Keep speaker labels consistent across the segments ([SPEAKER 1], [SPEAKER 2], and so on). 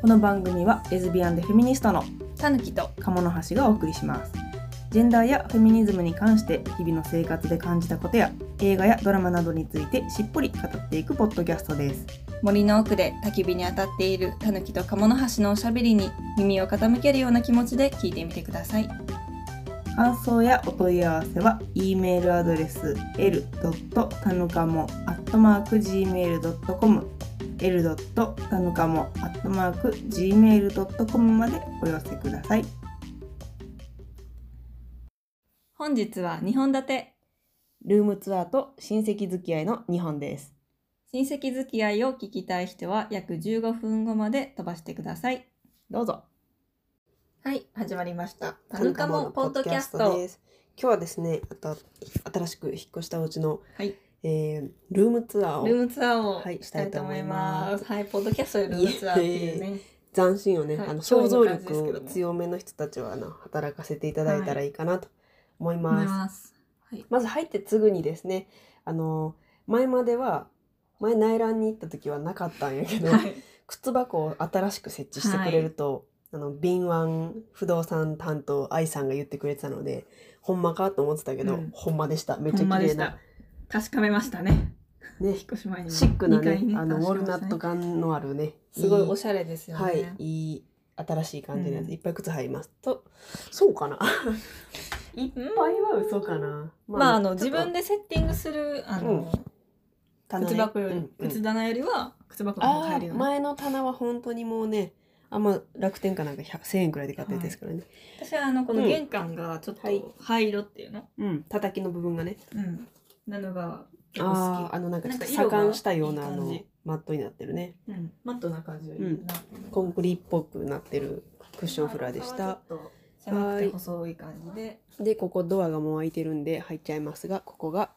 [SPEAKER 1] この番組はレズビアンでフェミニストの
[SPEAKER 2] たぬきと
[SPEAKER 1] 鴨の橋がお送りしますジェンダーやフェミニズムに関して日々の生活で感じたことや映画やドラマなどについてしっぽり語っていくポッドキャストです
[SPEAKER 2] 森の奥で焚き火に当たっているたぬきと鴨の橋のおしゃべりに耳を傾けるような気持ちで聞いてみてください
[SPEAKER 1] 感想やお問い合わせは e メールアドレス l. たぬかも @gmail.com l. たぬかも @gmail.com までお寄せください
[SPEAKER 2] 本日は2本立て
[SPEAKER 1] ルームツアーと親戚付き合いの2本です
[SPEAKER 2] 親戚付き合いを聞きたい人は約15分後まで飛ばしてください
[SPEAKER 1] どうぞ
[SPEAKER 2] はい始まりましたたぬかもポッドキャスト
[SPEAKER 3] です今日はですねあと新しく引っ越したお家の、
[SPEAKER 2] はい
[SPEAKER 3] えールームツア
[SPEAKER 2] ルー
[SPEAKER 3] ーを
[SPEAKER 2] ムツアーを
[SPEAKER 3] はい
[SPEAKER 2] したいと思いま
[SPEAKER 3] したいと思いますす
[SPEAKER 2] はいポッドキャストでルームツアーっていうね
[SPEAKER 3] 斬新よね、
[SPEAKER 2] はい
[SPEAKER 3] あの
[SPEAKER 2] 超い
[SPEAKER 3] 想
[SPEAKER 2] い
[SPEAKER 3] 像
[SPEAKER 2] 感じですけども
[SPEAKER 3] 力を強めの人たちはあの働かせていただいたらいいかなと思います、
[SPEAKER 2] ます
[SPEAKER 3] まず入ってすぐにですねあの前までは前内覧に行った時はなかったんやけど、
[SPEAKER 2] はい
[SPEAKER 3] 靴箱を新しく設置してくれると、あの敏腕不動産担当愛さんが言ってくれてたのでほんまかと思ってたけど、
[SPEAKER 1] うん
[SPEAKER 3] ほんまでしためっち
[SPEAKER 2] ほ
[SPEAKER 3] ゃ
[SPEAKER 2] んま
[SPEAKER 3] 綺
[SPEAKER 2] で
[SPEAKER 3] 麗
[SPEAKER 2] した
[SPEAKER 3] な、
[SPEAKER 2] 確かめましたね
[SPEAKER 3] ね
[SPEAKER 2] 引っ、越し前に
[SPEAKER 3] シックな
[SPEAKER 2] 二
[SPEAKER 3] ね
[SPEAKER 2] 回
[SPEAKER 3] あのウ
[SPEAKER 2] 確かめまし
[SPEAKER 3] ォルナ
[SPEAKER 2] た
[SPEAKER 3] ッ
[SPEAKER 2] ね
[SPEAKER 3] ト感のあるね
[SPEAKER 2] すごいお
[SPEAKER 3] ゃ
[SPEAKER 2] しゃれですよね。
[SPEAKER 3] はいいい新しい感じのやつ、
[SPEAKER 1] うん
[SPEAKER 3] いっぱい靴入りますとそうかな いっぱいは嘘かな、
[SPEAKER 2] まああの自分
[SPEAKER 3] で
[SPEAKER 2] でセッティングするあの、靴箱より、靴棚よりは靴箱の方が
[SPEAKER 3] あ
[SPEAKER 2] 入る
[SPEAKER 3] ー
[SPEAKER 2] よね
[SPEAKER 3] 前の棚は本当にもうねあんま楽天かなんか100 1000円くらいで買ったやつですからね、
[SPEAKER 2] 私はあのこの
[SPEAKER 3] うん
[SPEAKER 2] 玄関がちょっ
[SPEAKER 3] はい
[SPEAKER 2] と灰色っていうの、
[SPEAKER 3] うん叩きの部分がね
[SPEAKER 2] うん、なのが結構
[SPEAKER 3] あ
[SPEAKER 2] 好
[SPEAKER 3] ああのなんかちょっと
[SPEAKER 2] なんか色が
[SPEAKER 3] 左官したようなあ
[SPEAKER 2] いい
[SPEAKER 3] の
[SPEAKER 2] 感じ
[SPEAKER 3] マットになってるね
[SPEAKER 2] き、うん、マットな感じがいいなっていうのが
[SPEAKER 3] コンクリっぽくなってるクッションフラーでし
[SPEAKER 2] まあ
[SPEAKER 3] た。
[SPEAKER 2] ちょっと狭くて細い感じで
[SPEAKER 3] でここドアがもう開いてるんで入っちゃいますがここが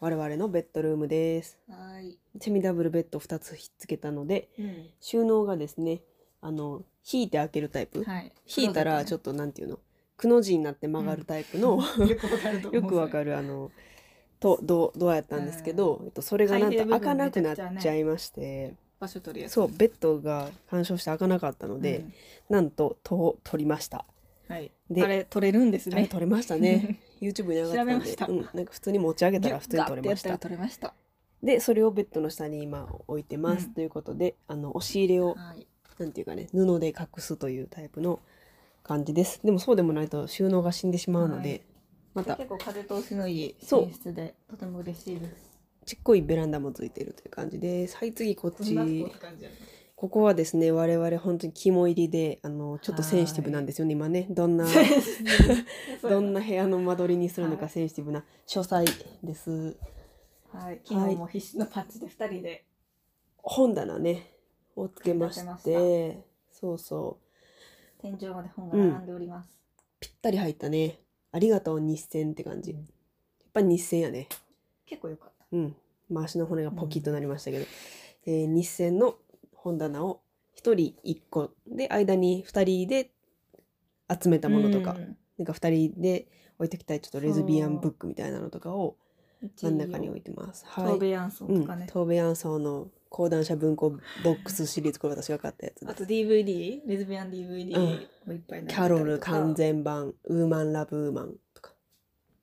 [SPEAKER 3] 我々のベッドルームです
[SPEAKER 2] はい、
[SPEAKER 3] セミダブルベッド2つひっつけたので
[SPEAKER 2] うん
[SPEAKER 3] 収納がですねあの引いて開けるタイプ、
[SPEAKER 2] はい、
[SPEAKER 3] 引いたらちょっ
[SPEAKER 2] っ
[SPEAKER 3] となんていうのくの字になって曲がるタイプの、
[SPEAKER 2] よくわかると思う
[SPEAKER 3] よくわかるあのとどうどうやったんですけど、えっと、それが
[SPEAKER 2] 開
[SPEAKER 3] なん
[SPEAKER 2] いて
[SPEAKER 3] と
[SPEAKER 2] る部
[SPEAKER 3] 開
[SPEAKER 2] 分
[SPEAKER 3] かなくな
[SPEAKER 2] め
[SPEAKER 3] っ
[SPEAKER 2] ちゃくち
[SPEAKER 3] ち
[SPEAKER 2] ゃ
[SPEAKER 3] ゃいまして
[SPEAKER 2] 場所取りやすい
[SPEAKER 3] そうベッドが干渉して開かなかったので、、なんと戸を取りました
[SPEAKER 2] うんはい、
[SPEAKER 3] で
[SPEAKER 2] あれ取れるんです
[SPEAKER 3] あれ
[SPEAKER 2] ね
[SPEAKER 3] 取れましたね YouTube に上がったんで
[SPEAKER 2] 調べました
[SPEAKER 3] うん、なんか普通に持ち上げたら普通に取れまし
[SPEAKER 2] ギュッ
[SPEAKER 3] た
[SPEAKER 2] てやったら取れました
[SPEAKER 3] でそれをベッドの下に今置いてます、
[SPEAKER 2] うん
[SPEAKER 3] ということであの押し入れを
[SPEAKER 2] はい
[SPEAKER 3] なんていうかね布で隠すというタイプの感じですでもそうでもないと収納が死んでしまうので、
[SPEAKER 2] はい
[SPEAKER 3] また
[SPEAKER 2] 結構風通しのいい
[SPEAKER 3] そう
[SPEAKER 2] 寝室でとても嬉しいです。
[SPEAKER 3] ちっこいベランダもついてるという感じですはい次こっ
[SPEAKER 2] そんな
[SPEAKER 3] ち
[SPEAKER 2] って感じやね
[SPEAKER 3] ここはですね我々本当に肝入りであのちょっとセンシティブなんですよね今ねどんな どんな部屋の間取りにするの
[SPEAKER 2] は
[SPEAKER 3] かセンシティブな書斎です
[SPEAKER 2] はい、昨日も必死のパッチで二人で、
[SPEAKER 3] 本棚ねをつけまして
[SPEAKER 2] 組み立て
[SPEAKER 3] そうそう
[SPEAKER 2] 天井まで本が並んでおります。
[SPEAKER 3] ぴったり入ったねありがとう日銭って感じ、やっぱ日銭やね
[SPEAKER 2] 結構良かった。
[SPEAKER 3] うんまあ足の骨がポキッとなりましたけど、えー日銭の本棚を1人1個で間に2人で集めたものとか、
[SPEAKER 2] うん
[SPEAKER 3] なんか2人で置いておきたいちょっとレズビアンブックみたいなのとかを真ん中に置いてます。
[SPEAKER 2] ト
[SPEAKER 3] は
[SPEAKER 2] ー
[SPEAKER 3] い。
[SPEAKER 2] ベヤンソ
[SPEAKER 3] う
[SPEAKER 2] ン
[SPEAKER 3] ん
[SPEAKER 2] とかね。。
[SPEAKER 3] トーベヤンソーの講談社文庫ボックスシリーズこれ私が買ったやつ
[SPEAKER 2] あ
[SPEAKER 3] です。
[SPEAKER 2] と DVD、レズビアン DVD
[SPEAKER 3] うん
[SPEAKER 2] もいっぱい並んでたりとか
[SPEAKER 3] キャロル完。全版ウーマンラブウーマンとか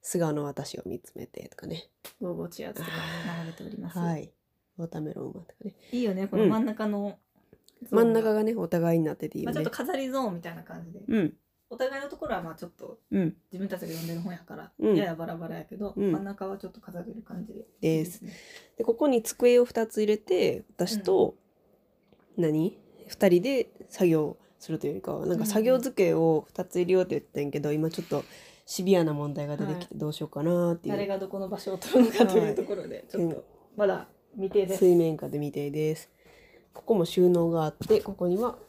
[SPEAKER 3] 菅の私を見つめてとかね。
[SPEAKER 2] ゴーゴーチアーズとか並べております。、
[SPEAKER 3] はいい。ウォータメロンウーマンとかね。
[SPEAKER 2] いよね、この真ん中の、
[SPEAKER 3] 真ん中
[SPEAKER 2] が、
[SPEAKER 3] がねお互いになってていい
[SPEAKER 2] まあち
[SPEAKER 3] よ
[SPEAKER 2] ょっ
[SPEAKER 3] ね
[SPEAKER 2] と。飾りゾーンみたいな感じで。
[SPEAKER 3] うん
[SPEAKER 2] お互いのところはまあちょっと
[SPEAKER 3] うん
[SPEAKER 2] 自分たちが読んでる本やから、
[SPEAKER 3] うん
[SPEAKER 2] ややバラバラやけど、
[SPEAKER 3] うん
[SPEAKER 2] 真ん中はちょっと飾れる感じで。
[SPEAKER 3] です。
[SPEAKER 2] ね。
[SPEAKER 3] でここに机を2つ入れて私と、何2人で作業するというよりかはなんか作業机を2つ入れようって言ってんけど、今ちょっとシビアな問題が出てきてどうしようかなっていう、
[SPEAKER 2] 誰がどこの場所を取るのかというところで、ちょっとまだ未定です。
[SPEAKER 3] 水面下で未定です。ここも収納があってここには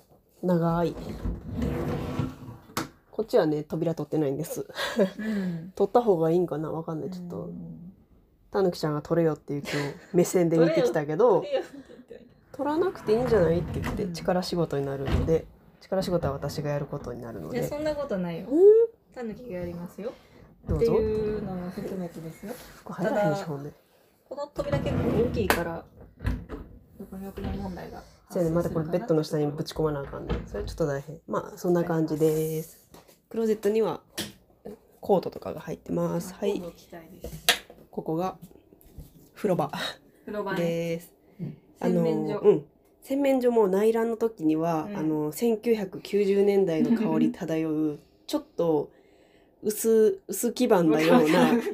[SPEAKER 3] 長いこっちはね扉取ってないんです。
[SPEAKER 2] うん、
[SPEAKER 3] 取った方がいいんかなわかんないちょっと、
[SPEAKER 2] うん
[SPEAKER 3] たぬきちゃんが取れよっていう今日目線で見てきたけ ど。取らなくていいんじゃないって言って
[SPEAKER 2] うん
[SPEAKER 3] 力仕事になるので力仕事は私がやることになるの
[SPEAKER 2] いや
[SPEAKER 3] で
[SPEAKER 2] そんなことないよ。たぬきがやりますよ。
[SPEAKER 3] ど
[SPEAKER 2] っ
[SPEAKER 3] う
[SPEAKER 2] て
[SPEAKER 3] ぞ
[SPEAKER 2] いうのも含めてですよ。
[SPEAKER 3] ここ入らへんし
[SPEAKER 2] ただ
[SPEAKER 3] ほんで
[SPEAKER 2] この扉結構大きいから。だかゴミ送り問題が
[SPEAKER 3] じゃあねまたこれベッドの下にぶ
[SPEAKER 2] ち
[SPEAKER 3] ち込まなあかんねそれちょっと大変まあそんな感じですクローゼットにはコートとかが入ってますはいここが風呂場
[SPEAKER 2] 風呂場ね
[SPEAKER 3] です
[SPEAKER 1] うん。
[SPEAKER 3] あの
[SPEAKER 2] 洗面所
[SPEAKER 3] うん、洗面所も内覧の時には、
[SPEAKER 2] うん
[SPEAKER 3] あの1990年代の香り漂うちょっと薄薄基盤だような
[SPEAKER 2] なんか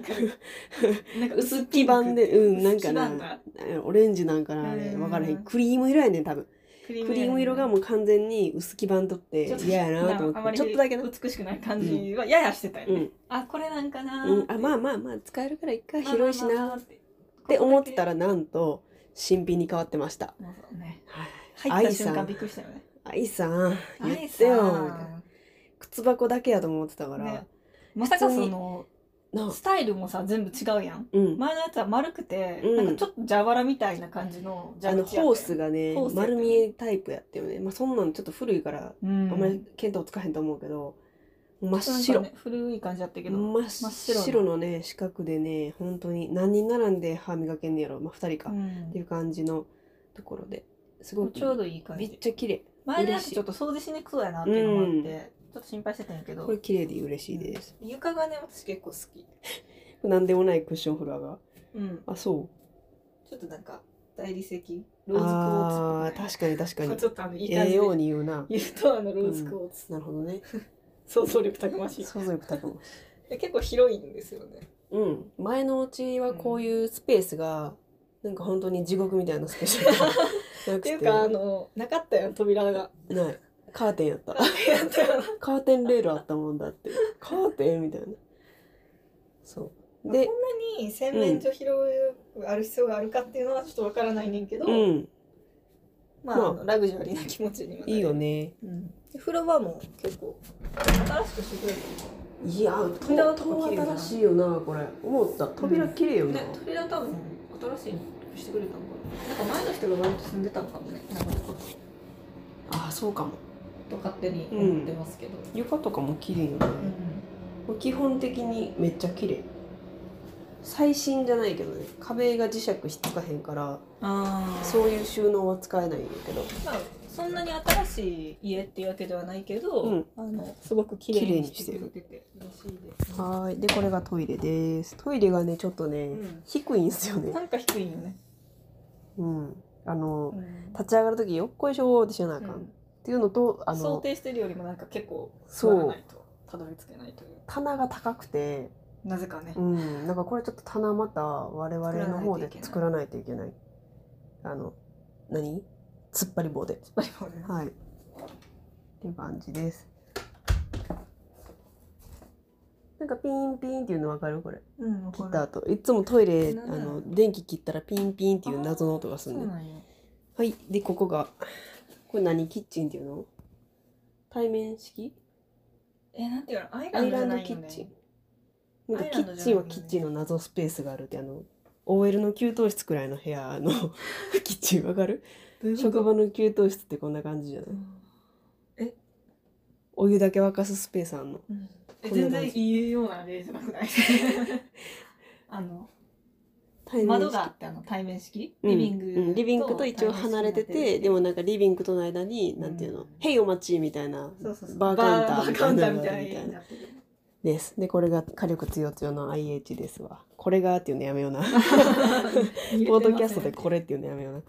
[SPEAKER 3] 薄基盤でうんなんか
[SPEAKER 2] 基
[SPEAKER 3] な
[SPEAKER 2] 盤が
[SPEAKER 3] オレンジなんかなあれ
[SPEAKER 2] うん
[SPEAKER 3] 分からへんクリーム色やねん多分
[SPEAKER 2] クリ
[SPEAKER 3] クリーム色が
[SPEAKER 2] う
[SPEAKER 3] もう完全に薄基盤とって嫌やなと思ってちょっとだけな
[SPEAKER 2] 美しくない感じはややしてたよね、
[SPEAKER 3] うん、
[SPEAKER 2] あこれなんかな
[SPEAKER 3] うん、あまあ
[SPEAKER 2] あ
[SPEAKER 3] まあまあ使えるから一回広いし
[SPEAKER 2] まあまあまあ
[SPEAKER 3] なっ
[SPEAKER 2] って
[SPEAKER 3] 思ってた
[SPEAKER 2] ら
[SPEAKER 3] らなんと新品に変わってました
[SPEAKER 2] もうそうね
[SPEAKER 3] 愛
[SPEAKER 2] 入った瞬
[SPEAKER 3] さ
[SPEAKER 2] 間
[SPEAKER 3] ん
[SPEAKER 2] びっくりしたよね
[SPEAKER 3] 愛さん言
[SPEAKER 2] 愛
[SPEAKER 3] ってよみたいな
[SPEAKER 2] さ
[SPEAKER 3] 靴箱だけやと思ってたから、
[SPEAKER 2] ねまさかその
[SPEAKER 3] なあ
[SPEAKER 2] スタイルもさ全部違うやん
[SPEAKER 3] うん、
[SPEAKER 2] 前のやつは丸くて、
[SPEAKER 3] うん
[SPEAKER 2] なんかちょっと蛇腹みたいな感じの
[SPEAKER 3] あ
[SPEAKER 2] 蛇
[SPEAKER 3] の
[SPEAKER 2] 口やったよ
[SPEAKER 3] ホースがね
[SPEAKER 2] ホースやった
[SPEAKER 3] 丸
[SPEAKER 2] よね
[SPEAKER 3] 見えタイプやったよね、まあ、そんなんちょっと古いから
[SPEAKER 2] うん
[SPEAKER 3] あんまり見当つかへんと思うけど、真っ
[SPEAKER 2] ちょっとなんか
[SPEAKER 3] 白、
[SPEAKER 2] ね古い感じだったけど、
[SPEAKER 3] 真っ
[SPEAKER 2] 真っ白
[SPEAKER 3] 白
[SPEAKER 2] な
[SPEAKER 3] のね四角でね本当に何人並んで歯磨けんねやろ、まあ、2人か、っていう感じのところですごく
[SPEAKER 2] ちょうどいい感
[SPEAKER 3] めっ
[SPEAKER 2] じ
[SPEAKER 3] ちゃ綺麗
[SPEAKER 2] 前のやつちょっと掃除しにくそうやなっていうのもあって、
[SPEAKER 3] うん
[SPEAKER 2] ちょっと心配してたんやけど
[SPEAKER 3] これ綺麗で嬉しいです、
[SPEAKER 2] 床がね私結構好き
[SPEAKER 3] なんでもないクッションフロアが
[SPEAKER 2] うん
[SPEAKER 3] あそう
[SPEAKER 2] ちょっとなんか大理石ローズクォー
[SPEAKER 3] あ
[SPEAKER 2] ツ
[SPEAKER 3] ー確かに確か
[SPEAKER 2] こ
[SPEAKER 3] に
[SPEAKER 2] れちょっとあのいい感
[SPEAKER 3] 栄
[SPEAKER 2] じで
[SPEAKER 3] 養に言うな
[SPEAKER 2] 言うとあのローズクォーツ、
[SPEAKER 3] なるほどね
[SPEAKER 2] 想像力たくましい
[SPEAKER 3] 想像力高く
[SPEAKER 2] で結構広いんですよね
[SPEAKER 3] うん、前のうちはこういうスペースが、なんか本当に地獄みたいなスペースがなく
[SPEAKER 2] っていうかあのなかったよ扉が
[SPEAKER 3] ないカーテンやった
[SPEAKER 2] あやったよな
[SPEAKER 3] カーテンレールあったもんだ ってカーテンみたいなそう
[SPEAKER 2] で
[SPEAKER 3] で
[SPEAKER 2] こんなに洗面所広くある必要があるかっていうのはちょっとわからないねんけど、
[SPEAKER 3] うん
[SPEAKER 2] まあ、
[SPEAKER 3] まあ
[SPEAKER 2] あのラグジュアリーな気持ちにはなる
[SPEAKER 3] いいよ、ね
[SPEAKER 2] うん、で風呂場も結構新しくしてくれて
[SPEAKER 3] いや
[SPEAKER 2] 扉とか綺麗だな
[SPEAKER 3] しいよなこれ思った綺麗よ
[SPEAKER 2] ね、扉多分新しいのしてくれたのかななんか前の人が割と住んでたのかもねなんか
[SPEAKER 3] ああそうかも
[SPEAKER 2] と勝手に思ってますけど、
[SPEAKER 3] 床とかも綺麗よね、もう基本的にめっちゃ綺麗最新じゃないけどね壁が磁石ひっつかへんから
[SPEAKER 2] ああそう
[SPEAKER 3] そういう収納は使えないんだけど
[SPEAKER 2] まあそんなに新しい家っていうわけではないけど、
[SPEAKER 3] うん
[SPEAKER 2] あのすごく綺麗にしてくれてて嬉しいです、ね、
[SPEAKER 3] はーいでこれがトイレですトイレがねちょっとね、
[SPEAKER 2] ん
[SPEAKER 3] 低いんですよね
[SPEAKER 2] なんか低いよね、
[SPEAKER 3] うんあの
[SPEAKER 2] うん
[SPEAKER 3] 立ち上がる時よっこいしょーってしなあかん、
[SPEAKER 2] う
[SPEAKER 3] っ
[SPEAKER 2] ん
[SPEAKER 3] ていうのとあ
[SPEAKER 2] 想
[SPEAKER 3] の
[SPEAKER 2] 定してるよりもなんか結構
[SPEAKER 3] そう
[SPEAKER 2] 座らないとたどり着けないという
[SPEAKER 3] 棚が高くて
[SPEAKER 2] なぜかね、
[SPEAKER 3] うんなんかこれちょっと棚また我々の方で
[SPEAKER 2] 作
[SPEAKER 3] 作らないといけないあの何突っ張り棒で
[SPEAKER 2] やっぱりもうね
[SPEAKER 3] はいっていう感じですなんかピンピンっていうのわかるこれ
[SPEAKER 2] うん、
[SPEAKER 3] 切っ
[SPEAKER 2] これ
[SPEAKER 3] た後いつもトイレ
[SPEAKER 2] なん
[SPEAKER 3] あ
[SPEAKER 2] だろう
[SPEAKER 3] の電気切ったらピンピンっていう謎の音が
[SPEAKER 2] そ
[SPEAKER 3] する
[SPEAKER 2] う
[SPEAKER 3] ね
[SPEAKER 2] なんよ
[SPEAKER 3] はいでここがこれ何キッチンっていうの対面式
[SPEAKER 2] えなんていうのアイ
[SPEAKER 3] ア
[SPEAKER 2] ラン
[SPEAKER 3] イ
[SPEAKER 2] ドじ
[SPEAKER 3] ラ
[SPEAKER 2] ゃ
[SPEAKER 3] ンド
[SPEAKER 2] ない
[SPEAKER 3] キ
[SPEAKER 2] よ
[SPEAKER 3] ッ
[SPEAKER 2] ね
[SPEAKER 3] チンなんか
[SPEAKER 2] アイラ
[SPEAKER 3] キ
[SPEAKER 2] ンド
[SPEAKER 3] ッ
[SPEAKER 2] じ
[SPEAKER 3] チ
[SPEAKER 2] ゃ
[SPEAKER 3] ン
[SPEAKER 2] ない
[SPEAKER 3] はキッチンの謎スペースがあるってあの OL の給湯室くらいの部屋の キッチンわかる職場の給湯室ってこんな感じじゃないお湯だけ沸かすスペースあんの
[SPEAKER 2] うんえ
[SPEAKER 3] こんな
[SPEAKER 2] 全
[SPEAKER 3] 感
[SPEAKER 2] 然
[SPEAKER 3] じ
[SPEAKER 2] 言うような例じゃな くないあの
[SPEAKER 3] 対面式
[SPEAKER 2] 窓があってあの対面式
[SPEAKER 3] うん
[SPEAKER 2] リビング、
[SPEAKER 3] うんリビングと一応離れててでもなんかリビングとの間になんていう
[SPEAKER 2] う
[SPEAKER 3] の
[SPEAKER 2] ん
[SPEAKER 3] 「へいお待ち」みたいな
[SPEAKER 2] そうそうそう
[SPEAKER 3] バーカウンター
[SPEAKER 2] バーカウンターみ
[SPEAKER 3] み
[SPEAKER 2] た
[SPEAKER 3] た
[SPEAKER 2] い
[SPEAKER 3] い
[SPEAKER 2] に
[SPEAKER 3] な
[SPEAKER 2] な ってる
[SPEAKER 3] ですでこれが火力強強の IH ですわこれがっていうのやめよう なポードキャストでこれっていうのやめような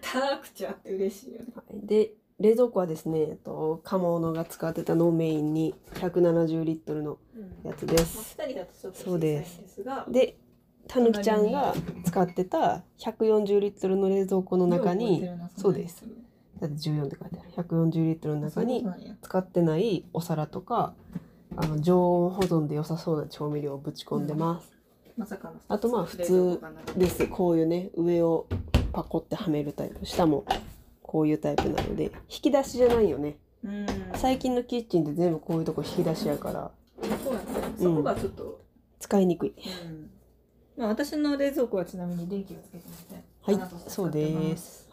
[SPEAKER 2] たくちゃって嬉しいよね
[SPEAKER 3] はいで冷蔵庫はですねえっと鴨物が使ってたのをメインに170リットルのやつで
[SPEAKER 2] まあ
[SPEAKER 3] す
[SPEAKER 2] 二人だとちょっと小さい
[SPEAKER 3] そ
[SPEAKER 2] ん
[SPEAKER 3] う
[SPEAKER 2] で
[SPEAKER 3] です
[SPEAKER 2] すが
[SPEAKER 3] でたぬきちゃんが使ってた140リットルの冷蔵庫の中にそうですだって14って書いてある140リットルの中に
[SPEAKER 2] そうなんや
[SPEAKER 3] 使ってないお皿とかあの常温保存で良さそうな調味料をぶち込んでます、
[SPEAKER 2] まさかの
[SPEAKER 3] あとまあ普通
[SPEAKER 2] 冷蔵庫が並んでる
[SPEAKER 3] ですこういうね上をパコってはめるタイプ下もこういうタイプなので引き出しじゃないよね
[SPEAKER 2] うん
[SPEAKER 3] 最近のキッチンって全部こういうとこ引き出しやから
[SPEAKER 2] そうやねそこがちょっと
[SPEAKER 3] 使いにくい
[SPEAKER 2] うんまあ私の冷蔵庫はちなみに電気をつけてみて
[SPEAKER 3] はい
[SPEAKER 2] 花として使
[SPEAKER 3] そ
[SPEAKER 2] っ
[SPEAKER 3] う
[SPEAKER 2] てます
[SPEAKER 3] です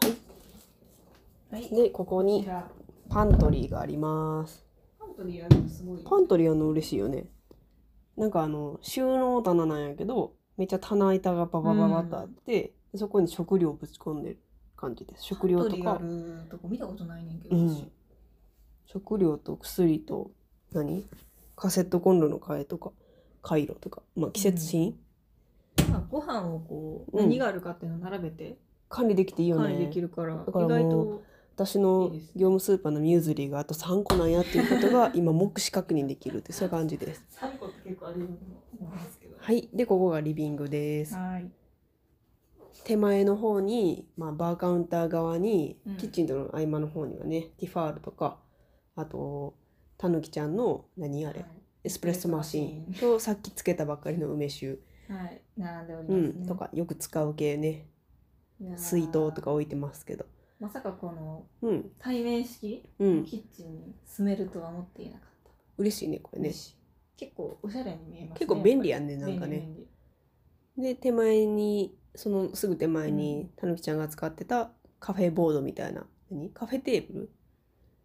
[SPEAKER 2] はい
[SPEAKER 3] はいでここ
[SPEAKER 2] こち
[SPEAKER 3] に
[SPEAKER 2] ら
[SPEAKER 3] パントリーがあります
[SPEAKER 2] パントリーあるのすごい
[SPEAKER 3] パントリーあの嬉しいよねなんかあの収納棚なんやけどめっちゃ棚板がバババババってあって、そこに食料ぶち込んでる感じです食料と
[SPEAKER 2] あ
[SPEAKER 3] か、
[SPEAKER 2] るとこ見たことないねんけ
[SPEAKER 3] う
[SPEAKER 2] ど、私
[SPEAKER 3] ん、食料と薬と何カセットコンロの替えとかカイロとか、まあ、季節品、
[SPEAKER 2] まあご飯をこう
[SPEAKER 3] うん
[SPEAKER 2] 何があるかっていうのを並べて
[SPEAKER 3] 管理できていいよ
[SPEAKER 2] 管
[SPEAKER 3] ね
[SPEAKER 2] 理できるから、
[SPEAKER 3] だから
[SPEAKER 2] 意外
[SPEAKER 3] も
[SPEAKER 2] と
[SPEAKER 3] 私の
[SPEAKER 2] いいですね
[SPEAKER 3] 業務スーパーのミューズリーがあと3個なんやっていうこと が今目視確認できるってそういう感じです
[SPEAKER 2] 3個って結構あるように思いますけど。
[SPEAKER 3] はいでここがリビングです
[SPEAKER 2] はい。
[SPEAKER 3] 手前の方に、まあ、バーカウンター側に、
[SPEAKER 2] うん
[SPEAKER 3] キッチンとの合間の方にはねティファールとかあとたぬきちゃんの何あれ、エスプレッソマシーンとさっきつけたばっかりの梅酒、
[SPEAKER 2] はい。並んでおり
[SPEAKER 3] う
[SPEAKER 2] ますね。
[SPEAKER 3] ん、とかよく使う系ね
[SPEAKER 2] いやー
[SPEAKER 3] 水筒とか。置いてますけど
[SPEAKER 2] まさかこの
[SPEAKER 3] うん
[SPEAKER 2] 対面式
[SPEAKER 3] うん
[SPEAKER 2] キッチンに住めるとは思っていなかった。
[SPEAKER 3] 嬉しいねこれね
[SPEAKER 2] 嬉しい結構おしゃれに見えます、ね。
[SPEAKER 3] 結構便利やんねなんかね
[SPEAKER 2] 便利便利
[SPEAKER 3] で手前にそのすぐ手前にたぬきちゃんが使ってたカフェボードみたいな何カフェテーブ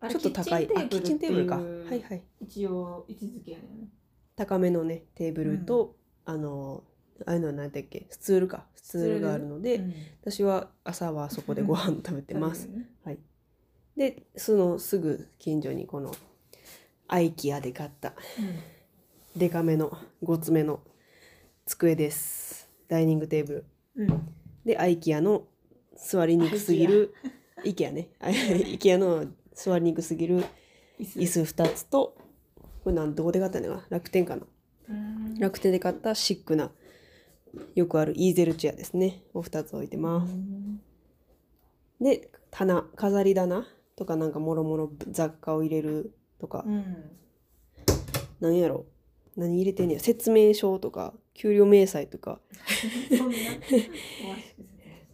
[SPEAKER 2] あ
[SPEAKER 3] ル
[SPEAKER 2] れ
[SPEAKER 3] ちょっと高いあキッチンテーブルかはい
[SPEAKER 2] い。
[SPEAKER 3] はい
[SPEAKER 2] 一応位置づけやねんな。
[SPEAKER 3] 高めのねテーブルと、あのああいうのは何だっけスツールかスツールがあるので、
[SPEAKER 2] うん
[SPEAKER 3] 私は朝はそこでご飯食べてます。
[SPEAKER 2] 食べるよね
[SPEAKER 3] でそのすぐ近所にこのアイキアで買った
[SPEAKER 2] うん
[SPEAKER 3] デカめの5つ目の机ですダイニングテーブル
[SPEAKER 2] うん、
[SPEAKER 3] で IKEA の座りにくすぎる IKEA ね IKEA の座りにくすぎる
[SPEAKER 2] 椅子
[SPEAKER 3] 椅子2つとこれなんどこで買ったのか楽天かな
[SPEAKER 2] うん
[SPEAKER 3] 楽天で買ったシックなよくあるイーゼルチェアですねを2つ置いてます
[SPEAKER 2] うん
[SPEAKER 3] で棚飾り棚とかなんかもろもろ雑貨を入れるとか
[SPEAKER 2] うん
[SPEAKER 3] 何やろ何入れてんねや説明書とか給料明細とか
[SPEAKER 2] そんな詳し く説明して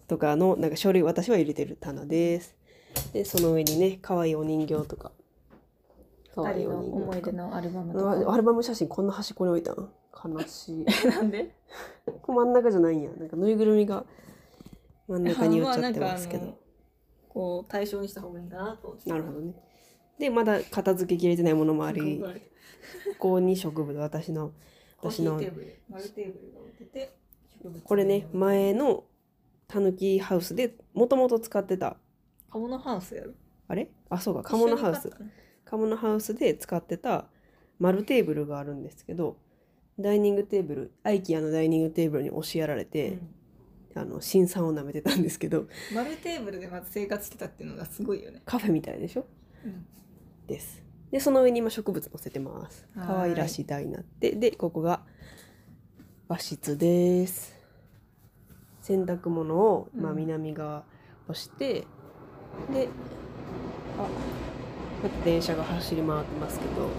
[SPEAKER 3] とかのなんか書類私は入れてる棚です。でその上にね可愛いお人形とか可
[SPEAKER 2] 二
[SPEAKER 3] 愛い
[SPEAKER 2] 人
[SPEAKER 3] お
[SPEAKER 2] の
[SPEAKER 3] 人
[SPEAKER 2] 思い出
[SPEAKER 3] 形とか
[SPEAKER 2] のアルバムと
[SPEAKER 3] うわ
[SPEAKER 2] か
[SPEAKER 3] アルバム写真こんな端っこに置いたん悲しい
[SPEAKER 2] なんで
[SPEAKER 3] これ真ん中じゃないんやなんかぬいぐるみが真ん中に寄っちゃってますけ
[SPEAKER 2] あ
[SPEAKER 3] ど
[SPEAKER 2] まあなんかこう対象にした方がいいかなと思って
[SPEAKER 3] なるほどねでまだ片付けきれてないものもあり
[SPEAKER 2] こ
[SPEAKER 3] ここに植物私の
[SPEAKER 2] こ
[SPEAKER 3] 私
[SPEAKER 2] に
[SPEAKER 3] の
[SPEAKER 2] テーブル丸テーブルが置いてて植物
[SPEAKER 3] これね前のたぬきハウスでもともと使ってた
[SPEAKER 2] カモノハウスやろ
[SPEAKER 3] あれあそうかカモノハウ
[SPEAKER 2] 一緒
[SPEAKER 3] ス
[SPEAKER 2] に買ったの
[SPEAKER 3] カモノハウスで使ってた丸テーブルがあるんですけどダイニングテーブル IKEA のダイニングテーブルに押しやられ
[SPEAKER 2] う
[SPEAKER 3] て、
[SPEAKER 2] ん
[SPEAKER 3] あの新さんを舐めてたんですけど
[SPEAKER 2] 丸テーブルでまず生活してたっていうのがすごいよね
[SPEAKER 3] カフェみたいでしょ
[SPEAKER 2] うん
[SPEAKER 3] ですでその上に今植物乗せてます
[SPEAKER 2] はーい
[SPEAKER 3] 可愛らしい台になってでここが和室です洗濯物を、まあ、
[SPEAKER 2] うん
[SPEAKER 3] 南側押して、であまた電車が走り回ってますけど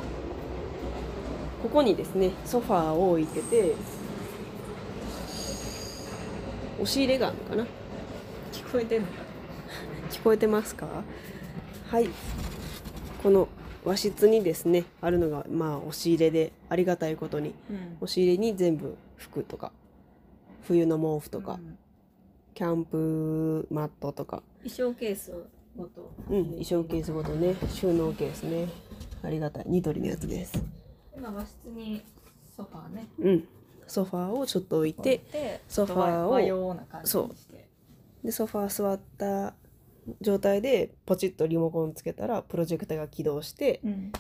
[SPEAKER 3] ここにですねソファーを置いてて押し入れがあるのかな
[SPEAKER 2] 聞こえてんのか
[SPEAKER 3] 聞こえてますかはいこの和室にですねあるのがまあ押し入れでありがたいことに
[SPEAKER 2] うん
[SPEAKER 3] 押し入れに全部服とか冬の毛布とか、
[SPEAKER 2] うん
[SPEAKER 3] キャンプマットとか、
[SPEAKER 2] 衣装ケースごと
[SPEAKER 3] うん、衣装ケースごとね収納ケースねありがたいニトリのやつです
[SPEAKER 2] 今和室にソファーね
[SPEAKER 3] うんソファーをちょっと置いて
[SPEAKER 2] で
[SPEAKER 3] ソファーを
[SPEAKER 2] 和洋な感じにして
[SPEAKER 3] でソファー座った状態でポチッとリモコンつけたらプロジェクターが起動して
[SPEAKER 2] うん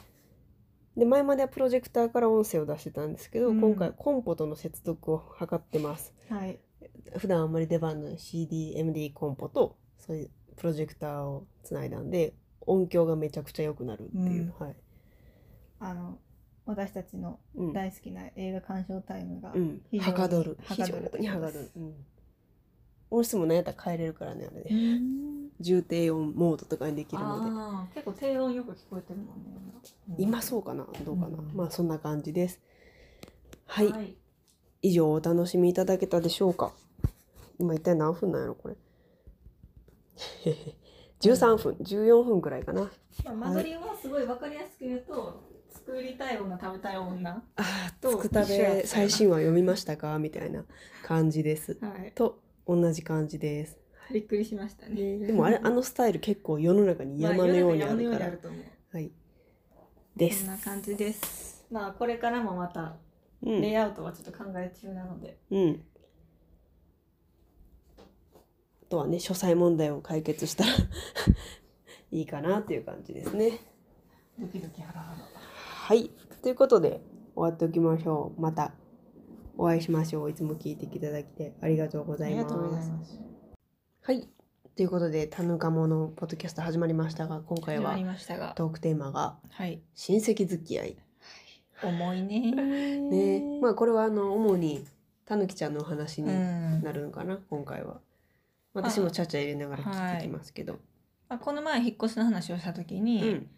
[SPEAKER 3] で前まではプロジェクターから音声を出してたんですけど、
[SPEAKER 2] うん
[SPEAKER 3] 今回コンポとの接続を図ってます
[SPEAKER 2] はい
[SPEAKER 3] 普段あんまり出番の CDMD コンポとそういうプロジェクターをつないだんで音響がめちゃくちゃ良くなるっていう、はい、
[SPEAKER 2] あの私たちの
[SPEAKER 3] うん
[SPEAKER 2] 大好きな映画鑑賞タイムが
[SPEAKER 3] うん、
[SPEAKER 2] 非常
[SPEAKER 3] は
[SPEAKER 2] に
[SPEAKER 3] かどる
[SPEAKER 2] は
[SPEAKER 3] 非
[SPEAKER 2] か
[SPEAKER 3] 常
[SPEAKER 2] どる
[SPEAKER 3] にはかどる、うん、音質も何やったら変えれるからねあれ
[SPEAKER 2] う
[SPEAKER 3] ね
[SPEAKER 2] ん
[SPEAKER 3] 重低音モードとかにできるので
[SPEAKER 2] あー結構低音よく聞こえてるもんね
[SPEAKER 3] 今そうかなどうかな、
[SPEAKER 2] うん
[SPEAKER 3] まあそんな感じですは、
[SPEAKER 2] はいい、はい、
[SPEAKER 3] 以上お楽しみいただけたでしょうか今一体何分なんやろこれ 13分14分くらいかな
[SPEAKER 2] まあ、間取りはすごいわかりやすく言うと作りたい女食べたい女は
[SPEAKER 3] あー
[SPEAKER 2] と
[SPEAKER 3] つくた
[SPEAKER 2] 一緒やったよ
[SPEAKER 3] べ
[SPEAKER 2] な
[SPEAKER 3] 最新話読みましたかみたいな感じです
[SPEAKER 2] い
[SPEAKER 3] と同じ感じです
[SPEAKER 2] びっくりしましたね
[SPEAKER 3] でもあれあのスタイル結構世の中に
[SPEAKER 2] まあ
[SPEAKER 3] 山のようにあ
[SPEAKER 2] 世の中山の
[SPEAKER 3] る
[SPEAKER 2] よう
[SPEAKER 3] か
[SPEAKER 2] に
[SPEAKER 3] ら
[SPEAKER 2] あると思う
[SPEAKER 3] はいです
[SPEAKER 2] そんな感じですまあこれからもまた
[SPEAKER 3] う
[SPEAKER 2] レ
[SPEAKER 3] ん
[SPEAKER 2] イアウトはちょっと考え中なので、
[SPEAKER 3] うんとはね書斎問題を解決したら いいかなという感じですね。
[SPEAKER 1] ドキドキハラハラ。
[SPEAKER 3] はいということで終わっておきましょうまたお会いしましょういつも聞いていただきてありがとうご
[SPEAKER 1] あ
[SPEAKER 3] ざい
[SPEAKER 1] りが
[SPEAKER 3] ます
[SPEAKER 1] とうございます。
[SPEAKER 3] はいということで「たぬかもの」ポッドキャスト始まりましたが今回
[SPEAKER 2] 始ま
[SPEAKER 3] は
[SPEAKER 2] りましたが。
[SPEAKER 3] トークテーマが
[SPEAKER 2] はい。
[SPEAKER 3] 「親戚付き合い
[SPEAKER 2] 重いね」
[SPEAKER 3] ね
[SPEAKER 2] ー。
[SPEAKER 3] まあこれはあの主にたぬきちゃんのお話
[SPEAKER 2] う
[SPEAKER 3] に
[SPEAKER 2] ん。
[SPEAKER 3] なるのかな、今回は私もちゃちゃ入れながら聞いてきますけど、
[SPEAKER 2] まあ、この前引っ越しの話をした時に、
[SPEAKER 3] うん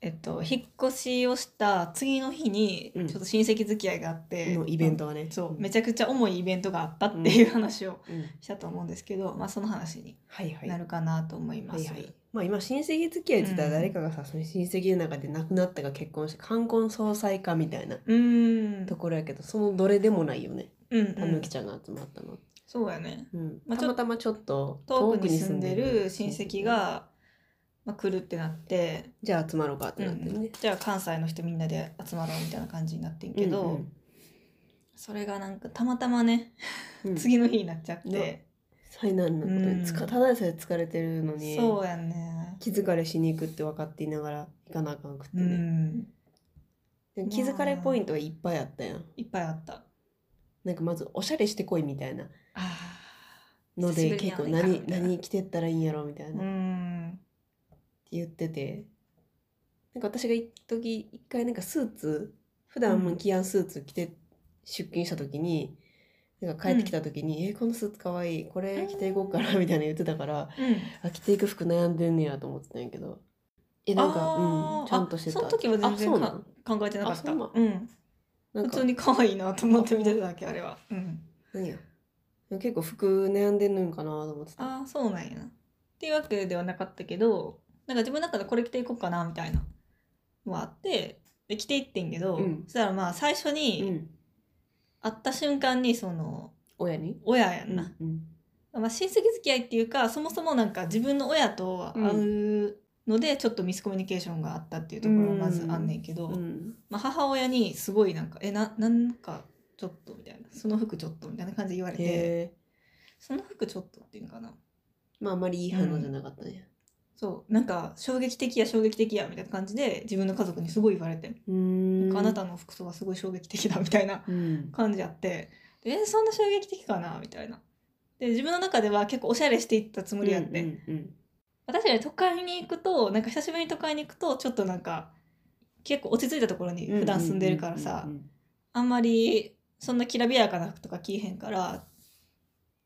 [SPEAKER 2] えっと、引っ越しをした次の日に
[SPEAKER 3] うん
[SPEAKER 2] ちょっと親戚付き合いがあって、
[SPEAKER 3] のイベントはね、
[SPEAKER 2] そうめちゃくちゃ重いイベントがあったっていう話を
[SPEAKER 3] うん
[SPEAKER 2] したと思うんですけど、まあ、その話に
[SPEAKER 3] はいはい
[SPEAKER 2] なるかなと思いま
[SPEAKER 3] はい
[SPEAKER 2] す。
[SPEAKER 3] はいまあ今親戚付き合いって言ったら誰かがさ、その親戚の中で亡くなったか結婚して冠婚葬祭かみたいな
[SPEAKER 2] うーん
[SPEAKER 3] ところやけどそのどれでもないよね
[SPEAKER 2] うん
[SPEAKER 3] た
[SPEAKER 2] う
[SPEAKER 3] ぬ
[SPEAKER 2] ん
[SPEAKER 3] き、ちゃんが集まったの、
[SPEAKER 2] そうやね
[SPEAKER 3] うん
[SPEAKER 2] まあ
[SPEAKER 3] たまたまちょっと
[SPEAKER 2] 遠くに住んでる親戚が、まあ、来るってなって、
[SPEAKER 3] じゃあ集まろうかって
[SPEAKER 2] う
[SPEAKER 3] なって
[SPEAKER 2] ん
[SPEAKER 3] ね、
[SPEAKER 2] じゃあ関西の人みんなで集まろうみたいな感じになってんけど、
[SPEAKER 3] うんうん
[SPEAKER 2] それがなんかたまたまね
[SPEAKER 3] うん
[SPEAKER 2] 次の日になっちゃって、
[SPEAKER 3] ね災難のことにつか、
[SPEAKER 2] うん
[SPEAKER 3] ただでさえ疲れてるのに
[SPEAKER 2] そうやね。
[SPEAKER 3] 気づかれしに行くって分かっていながら行かなあかんくって
[SPEAKER 2] う
[SPEAKER 3] ね、
[SPEAKER 2] ん。
[SPEAKER 3] でも気づかれポイントはいっぱいあったやん
[SPEAKER 2] いっぱいあった。
[SPEAKER 3] なんかまずおしゃれしてこいみたいな
[SPEAKER 2] あ
[SPEAKER 3] ので
[SPEAKER 2] 久し
[SPEAKER 3] 結
[SPEAKER 2] ぶ
[SPEAKER 3] 構
[SPEAKER 2] りに会うね
[SPEAKER 3] 何何着てったらいいんやろみたい
[SPEAKER 2] ー
[SPEAKER 3] な、
[SPEAKER 2] う
[SPEAKER 3] って
[SPEAKER 2] ん。
[SPEAKER 3] 言っててなんか私が一時一回なんかスーツ普段もキアンスーツ着て出勤した時に、なんか帰ってきた時に「えこのスーツかわいいこれ着ていこうかな」みたいな言ってたか
[SPEAKER 2] う
[SPEAKER 3] ら、
[SPEAKER 2] ん。
[SPEAKER 3] あ着ていく服悩んでんねやと思ってたんやけどえなんか、
[SPEAKER 2] あー
[SPEAKER 3] うん、ちゃんとしてた
[SPEAKER 2] あその時は全然
[SPEAKER 3] あそうなん
[SPEAKER 2] 考えてなかっ
[SPEAKER 3] あそ
[SPEAKER 2] た。
[SPEAKER 3] う
[SPEAKER 2] う。
[SPEAKER 3] なんなん
[SPEAKER 2] 普
[SPEAKER 3] か
[SPEAKER 2] 通に可愛いなと思って見てただけあれは。うん。
[SPEAKER 3] 何や結構服悩んでんのんかなと思ってた
[SPEAKER 2] ああそうなんやな。っていうわけではなかったけど、なんか自分の中でこれ着ていこうかなみたいなのはあって、で着ていってんけど、
[SPEAKER 3] うん
[SPEAKER 2] そしたらまあ最初
[SPEAKER 3] う
[SPEAKER 2] に
[SPEAKER 3] ん
[SPEAKER 2] 会った瞬間にその
[SPEAKER 3] 親に
[SPEAKER 2] 親やんな。
[SPEAKER 3] うん
[SPEAKER 2] まあ、親戚付き合いっていうかそもそもなんか自分の親と会うのでちょっとミスコミュニケーションがあったっていうところがまずあんねんけど、
[SPEAKER 3] うん
[SPEAKER 2] まあ、母親にすごいなんか「えななんかちょっと」みたいな「その服ちょっと」みたいな感じで言われて
[SPEAKER 3] へえ
[SPEAKER 2] 「その服ちょっと」っていうのかな
[SPEAKER 3] まああんまりいい反応じゃなかったね
[SPEAKER 2] そうなんか衝撃的や衝撃的やみたいな感じで自分の家族にすごい言われて、
[SPEAKER 3] うん
[SPEAKER 2] あなたの服装はすごい衝撃的だみたいな
[SPEAKER 3] うん
[SPEAKER 2] 感じやってでえそんな衝撃的かなみたいな。で自分の中では結構おしゃれしていったつもりやって、
[SPEAKER 3] うん
[SPEAKER 2] 確かに都会に行くとなんか久しぶりに都会に行くとちょっとなんか結構落ち着いたところに
[SPEAKER 3] うん
[SPEAKER 2] 普段住んでるからさ、
[SPEAKER 3] うんうん
[SPEAKER 2] あんまりそんなきらびやかな服とか着いへんから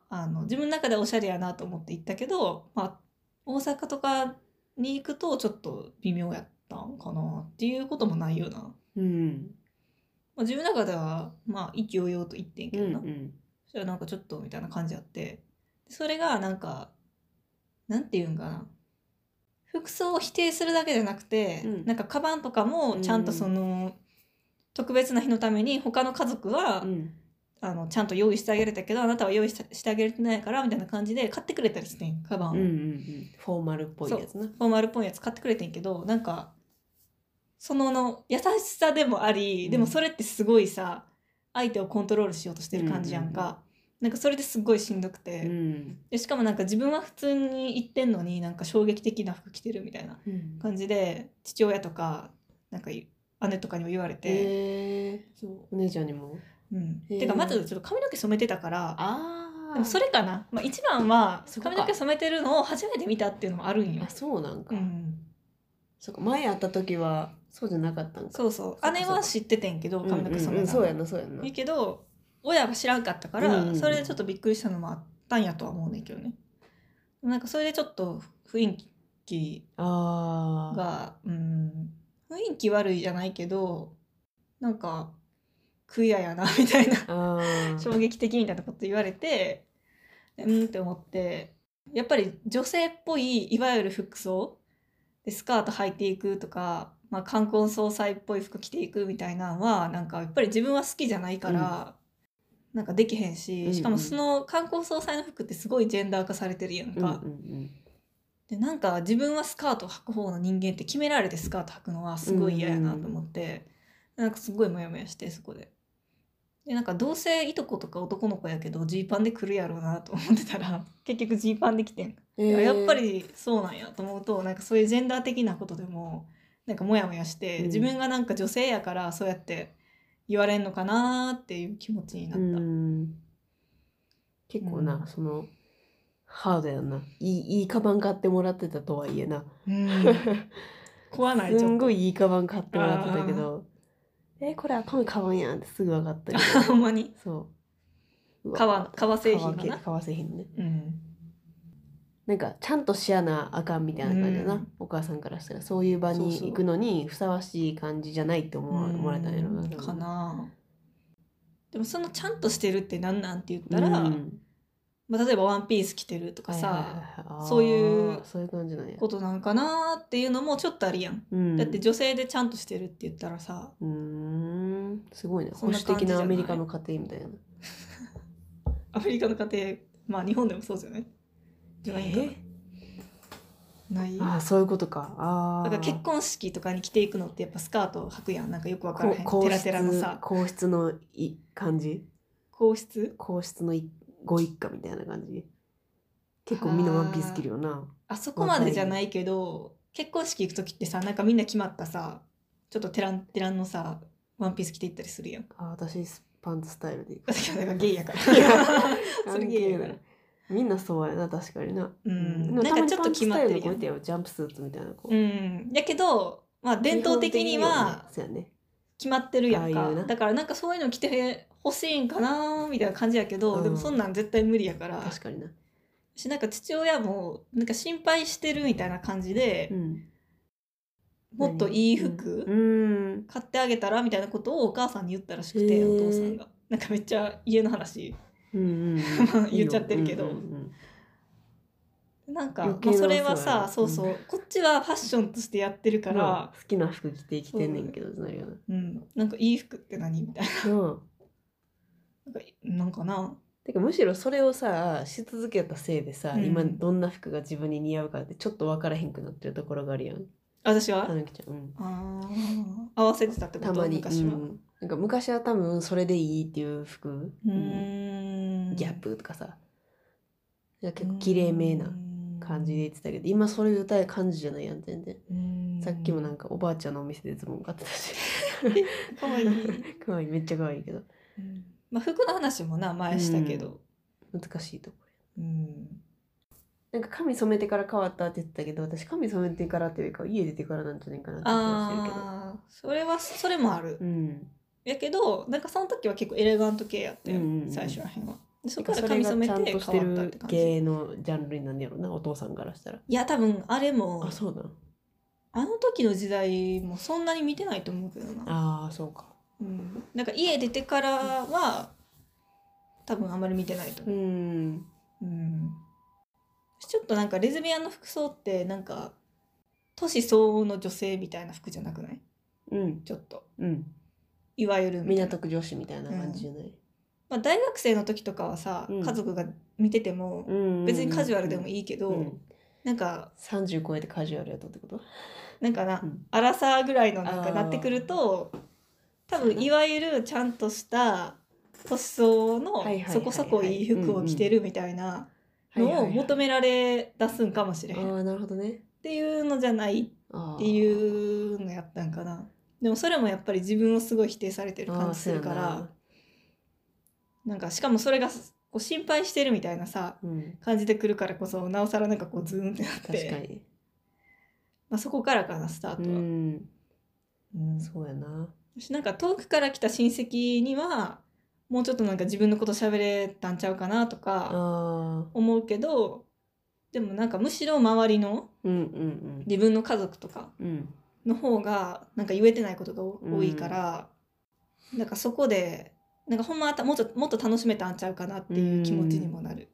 [SPEAKER 2] あの自分の中でおしゃれやなと思って行ったけど、まあ、大阪とかに行くとちょっと微妙やったんかなっていうこともないよな、ま
[SPEAKER 3] うん
[SPEAKER 2] あ、自分の中ではまあ意気揚々と行ってんけ
[SPEAKER 3] うん
[SPEAKER 2] ど
[SPEAKER 3] う
[SPEAKER 2] な、
[SPEAKER 3] ん
[SPEAKER 2] そしたらなんかちょっとみたいな感じあってそれがなんかなんていうんかな服装を否定するだけじゃなくて、
[SPEAKER 3] うん
[SPEAKER 2] なんかカバンとかもちゃんとその、特別な日のために他の家族は、
[SPEAKER 3] うん
[SPEAKER 2] あのちゃんと用意してあげれたけどあなたは用意したしてあげれてないからみたいな感じで買ってくれたりしてんカバンを、
[SPEAKER 3] うんうんフォーマルっぽいやつな
[SPEAKER 2] フォーマルっぽいやつ買ってくれてんけどなんかそのの優しさでもあり、
[SPEAKER 3] うん
[SPEAKER 2] でもそれってすごいさ相手をコントロールしようとしてる感じやんか、
[SPEAKER 3] うんうん
[SPEAKER 2] なんかそれですっごいしんどくて、
[SPEAKER 3] うん
[SPEAKER 2] でしかもなんか自分は普通に行ってんのになんか衝撃的な服着てるみたいな
[SPEAKER 3] うん
[SPEAKER 2] 感じで父親とかなんか姉とかにも言われて、
[SPEAKER 3] へえ
[SPEAKER 2] そ
[SPEAKER 3] お姉ちゃんにも
[SPEAKER 2] ううん、
[SPEAKER 3] へー
[SPEAKER 2] てかまずちょっと髪の毛染めてたから
[SPEAKER 3] あ
[SPEAKER 2] でもそれかな、まあ、一番は
[SPEAKER 3] そこか
[SPEAKER 2] 髪の毛染めてるのを初めて見たっていうのもあるんよ
[SPEAKER 3] あ。そうなん
[SPEAKER 2] う
[SPEAKER 3] か
[SPEAKER 2] ん
[SPEAKER 3] そうか前会った時はそうじゃなかったんか
[SPEAKER 2] そうそう
[SPEAKER 3] かそっか
[SPEAKER 2] 姉は知っててんけど
[SPEAKER 3] うんう
[SPEAKER 2] 髪
[SPEAKER 3] ん
[SPEAKER 2] の毛染
[SPEAKER 3] う
[SPEAKER 2] め
[SPEAKER 3] ん
[SPEAKER 2] た
[SPEAKER 3] そうや
[SPEAKER 2] の
[SPEAKER 3] なそうやない
[SPEAKER 2] いけど親は知らんかったか
[SPEAKER 3] うんうんう
[SPEAKER 2] ら
[SPEAKER 3] ん
[SPEAKER 2] それでちょっとびっくりしたのもあったんやとは思うねんけどねなんかそれでちょっと雰囲気
[SPEAKER 3] ああ
[SPEAKER 2] がうん雰囲気悪いじゃないけどなんかクイアやなみたい な
[SPEAKER 3] あー
[SPEAKER 2] 衝撃的みたいなこと言われてうんって思ってやっぱり女性っぽいいわゆる服装でスカート履いていくとか、まあ、冠婚葬祭っぽい服着ていくみたいなのはなんかやっぱり自分は好きじゃないから、なんかできへんし、
[SPEAKER 3] うんうん
[SPEAKER 2] しかもその冠婚葬祭の服ってすごいジェンダー化されてるやんか、
[SPEAKER 3] うんうんうん
[SPEAKER 2] でなんか自分はスカート履く方の人間って決められてスカート履くのはすごい嫌やなと思って、なんかすごいモヤモヤしてそこで。ででなんかどうせいとことか男の子やけどジーパンで来るやろうなと思ってたら 結局ジーパンで来てん、
[SPEAKER 3] え
[SPEAKER 2] いや
[SPEAKER 3] ー
[SPEAKER 2] やっぱりそうなんやと思うとなんかそういうジェンダー的なことでもなんかモヤモヤして、
[SPEAKER 3] うん
[SPEAKER 2] 自分がなんか女性やからそうやって言われんのかなっていう気持ちにな
[SPEAKER 3] う
[SPEAKER 2] った、
[SPEAKER 3] ん結構な、
[SPEAKER 2] うん
[SPEAKER 3] そのハードやないいいいカバン買ってもらってたとはいえな
[SPEAKER 2] うん、怖ない
[SPEAKER 3] す
[SPEAKER 2] ちょ
[SPEAKER 3] ん
[SPEAKER 2] っと
[SPEAKER 3] ごいいいカバン買ってもらってたけどえこれあかんカバンやんってすぐ分かったけ
[SPEAKER 2] ほんまに
[SPEAKER 3] どそう
[SPEAKER 2] 革革製品か
[SPEAKER 3] 革系
[SPEAKER 2] な
[SPEAKER 3] 革製品ね
[SPEAKER 2] うん
[SPEAKER 3] なんかちゃんとしやなあかんみたいな感じだな、
[SPEAKER 2] うん
[SPEAKER 3] お母さんからしたらそういう場
[SPEAKER 2] そう
[SPEAKER 3] に
[SPEAKER 2] そう
[SPEAKER 3] 行くのにふさわしい感じじゃないって思わ思われたんやろ
[SPEAKER 2] う
[SPEAKER 3] なん
[SPEAKER 2] かなでもそのちゃんとしてるってなんなんって言ったら、
[SPEAKER 3] うん
[SPEAKER 2] まあ、例えばワンピース着てるとかさ、
[SPEAKER 3] はいはいはいはい
[SPEAKER 2] そういう
[SPEAKER 3] あーそういう感じなんや、
[SPEAKER 2] ことなんかなっていうのもちょっとあるやん、
[SPEAKER 3] うん、
[SPEAKER 2] だって女性でちゃんとしてるって言ったらさ
[SPEAKER 3] うーんすごいね
[SPEAKER 2] そ
[SPEAKER 3] 保
[SPEAKER 2] んな
[SPEAKER 3] 守
[SPEAKER 2] 感じじゃない
[SPEAKER 3] 的なアメリカの家庭みたいな
[SPEAKER 2] アメリカの家庭まあ日本でもそうじゃないじゃないんかなない
[SPEAKER 3] ああそういうことかあ
[SPEAKER 2] だか
[SPEAKER 3] あ
[SPEAKER 2] ら結婚式とかに着ていくのってやっぱスカートを履くやんなんかよくわからへん
[SPEAKER 3] こう
[SPEAKER 2] テラテラのさ
[SPEAKER 3] 皇室皇室のい感じ
[SPEAKER 2] 皇室
[SPEAKER 3] 皇室のいご一家みたいな感じ結構みんなワンピース着るよな
[SPEAKER 2] あそこまでじゃないけど結婚式行く時ってさなんかみんな決まったさちょっとテランテランのさワンピース着ていったりするやん
[SPEAKER 3] あー私パンツスタイルで行く
[SPEAKER 2] 私はなんかゲイやからそれゲイやから
[SPEAKER 3] みんなそうやな確かにな、
[SPEAKER 2] うん
[SPEAKER 3] でも
[SPEAKER 2] なんかちょっと決まってる
[SPEAKER 3] た
[SPEAKER 2] やん
[SPEAKER 3] まにパンツスタイルの子いたよジャンプスーツみたいな子、
[SPEAKER 2] うんやけどまあ伝統的には
[SPEAKER 3] そうやね
[SPEAKER 2] 決まってるやん
[SPEAKER 3] ああ
[SPEAKER 2] か
[SPEAKER 3] いうな
[SPEAKER 2] だからなんかそういうの着てほしいんかなみたいな感じやけど、
[SPEAKER 3] うん
[SPEAKER 2] でもそんなん絶対無理やから
[SPEAKER 3] 確かにな、
[SPEAKER 2] しなんか父親もなんか心配してるみたいな感じで
[SPEAKER 3] う、ん、
[SPEAKER 2] もっといい服、
[SPEAKER 3] うんうん
[SPEAKER 2] 買ってあげたらみたいなことをお母さんに言ったらしく
[SPEAKER 3] へ
[SPEAKER 2] て
[SPEAKER 3] え
[SPEAKER 2] お父さんがなんかめっちゃ家の話
[SPEAKER 3] うんうん
[SPEAKER 2] まあ 言っちゃってるけど
[SPEAKER 3] うんうん
[SPEAKER 2] なんか、ま
[SPEAKER 3] 余計
[SPEAKER 2] あ、
[SPEAKER 3] な
[SPEAKER 2] それはさ
[SPEAKER 3] そ
[SPEAKER 2] そうう
[SPEAKER 3] やな
[SPEAKER 2] そう、こっちはファッションとしてやってる
[SPEAKER 3] う
[SPEAKER 2] か
[SPEAKER 3] ん
[SPEAKER 2] ら
[SPEAKER 3] ま、あ好きな服着て生きてんねんけどなるよな
[SPEAKER 2] うん、なんかいい服って何みたいな
[SPEAKER 3] うん
[SPEAKER 2] なんかなんかな
[SPEAKER 3] てかむしろそれをさし続けたせいでさ、
[SPEAKER 2] うん
[SPEAKER 3] 今どんな服が自分に似合うかってちょっと分からへんくなってるところがあるやん
[SPEAKER 2] 私は、
[SPEAKER 3] たぬきちゃん、うん、
[SPEAKER 2] あー合わせてたってこ
[SPEAKER 3] た
[SPEAKER 2] と
[SPEAKER 3] まに
[SPEAKER 2] 昔は、
[SPEAKER 3] う、
[SPEAKER 2] うん
[SPEAKER 3] なんか昔は多分それでいいっていう服、
[SPEAKER 2] ーん、
[SPEAKER 3] ギャップとかさなんか結構綺麗めな感じで言ってたけど今それ歌え感じじゃないやん全然
[SPEAKER 2] うん
[SPEAKER 3] さっきもなんかおばあちゃんのお店でズボン買ってたし
[SPEAKER 2] かわいい、
[SPEAKER 3] 可愛いめっちゃ可愛いけど
[SPEAKER 2] まあ、服の話もな前したけど、
[SPEAKER 3] 難しいとこ
[SPEAKER 2] うん、
[SPEAKER 3] なんか髪染めてから変わったって言ってたけど私髪染めてからっていうか家出てからなんじゃないかなって気がしてるけど
[SPEAKER 2] ああそれはそれもある、
[SPEAKER 3] うん
[SPEAKER 2] やけどなんかその時は結構エレガント系やったよ、
[SPEAKER 3] うんうんうん
[SPEAKER 2] 最初らへんはでそ
[SPEAKER 3] そ
[SPEAKER 2] こ
[SPEAKER 3] こ
[SPEAKER 2] から
[SPEAKER 3] が
[SPEAKER 2] 髪染
[SPEAKER 3] ちゃ
[SPEAKER 2] め
[SPEAKER 3] ん
[SPEAKER 2] て
[SPEAKER 3] として
[SPEAKER 2] 変わったって
[SPEAKER 3] る
[SPEAKER 2] 感じ
[SPEAKER 3] 系のジャンルになんねやろなお父さんからしたら
[SPEAKER 2] いや多分あれも
[SPEAKER 3] あそうなん
[SPEAKER 2] あの時の時代もそんなに見てないと思うけどな、
[SPEAKER 3] ああそうか
[SPEAKER 2] うん、なんか家出てからは多分あんまり見てないと
[SPEAKER 3] う
[SPEAKER 2] 思う、
[SPEAKER 3] ん
[SPEAKER 2] うん、ちょっとなんかレズビアンの服装ってなんか年相応の女性みたいな服じゃなくない
[SPEAKER 3] うん
[SPEAKER 2] ちょっと
[SPEAKER 3] うん
[SPEAKER 2] いわゆるみたいな
[SPEAKER 3] 港区女子みたいな感じじゃない、
[SPEAKER 2] まあ、大学生の時とかはさ、
[SPEAKER 3] うん
[SPEAKER 2] 家族が見てても
[SPEAKER 3] うん
[SPEAKER 2] 別にカジュアルでも
[SPEAKER 3] い
[SPEAKER 2] いいけ
[SPEAKER 3] け
[SPEAKER 2] ど、なんか
[SPEAKER 3] 30超えてカジュアルやったってこと
[SPEAKER 2] なんかな、
[SPEAKER 3] うん
[SPEAKER 2] アラサーぐらいのなん
[SPEAKER 3] あ
[SPEAKER 2] か
[SPEAKER 3] ー
[SPEAKER 2] なってくると多
[SPEAKER 3] そうや
[SPEAKER 2] 分
[SPEAKER 3] ない
[SPEAKER 2] わゆるちゃんとした年相応の
[SPEAKER 3] はいはいはいはい
[SPEAKER 2] そこそこいい服を着てるみたいなのを求められ出すんかもしれへんっ
[SPEAKER 3] ああなるほどね
[SPEAKER 2] ていうのじゃない
[SPEAKER 3] あー
[SPEAKER 2] っていうのやったんかなでもそれもやっぱり自分をすごい否定されてる感じするか
[SPEAKER 3] あー
[SPEAKER 2] らなんかしかもそれがこう心配してるみたいなさ
[SPEAKER 3] そうやなうん
[SPEAKER 2] 感じてくるからこそなおさらなんかこうズーンってなっ
[SPEAKER 3] 確か
[SPEAKER 2] て、
[SPEAKER 3] に
[SPEAKER 2] まあ、そこからかなスター
[SPEAKER 3] う
[SPEAKER 2] トは。
[SPEAKER 3] ん
[SPEAKER 2] うん
[SPEAKER 3] そうやな
[SPEAKER 2] 私なんか遠くから来た親戚にはもうちょっとなんか自分のこと喋れたんちゃうかなとか
[SPEAKER 3] あー
[SPEAKER 2] 思うけどでもなんかむしろ周りの
[SPEAKER 3] うんうん
[SPEAKER 2] 自分の家族とか
[SPEAKER 3] うんうん
[SPEAKER 2] の方がなんか言えてないことが多
[SPEAKER 3] うん
[SPEAKER 2] 多いから、なんかそこでなんかほんまはたもうちょっともっと楽しめたんちゃうかなっていう気持ちにもなる。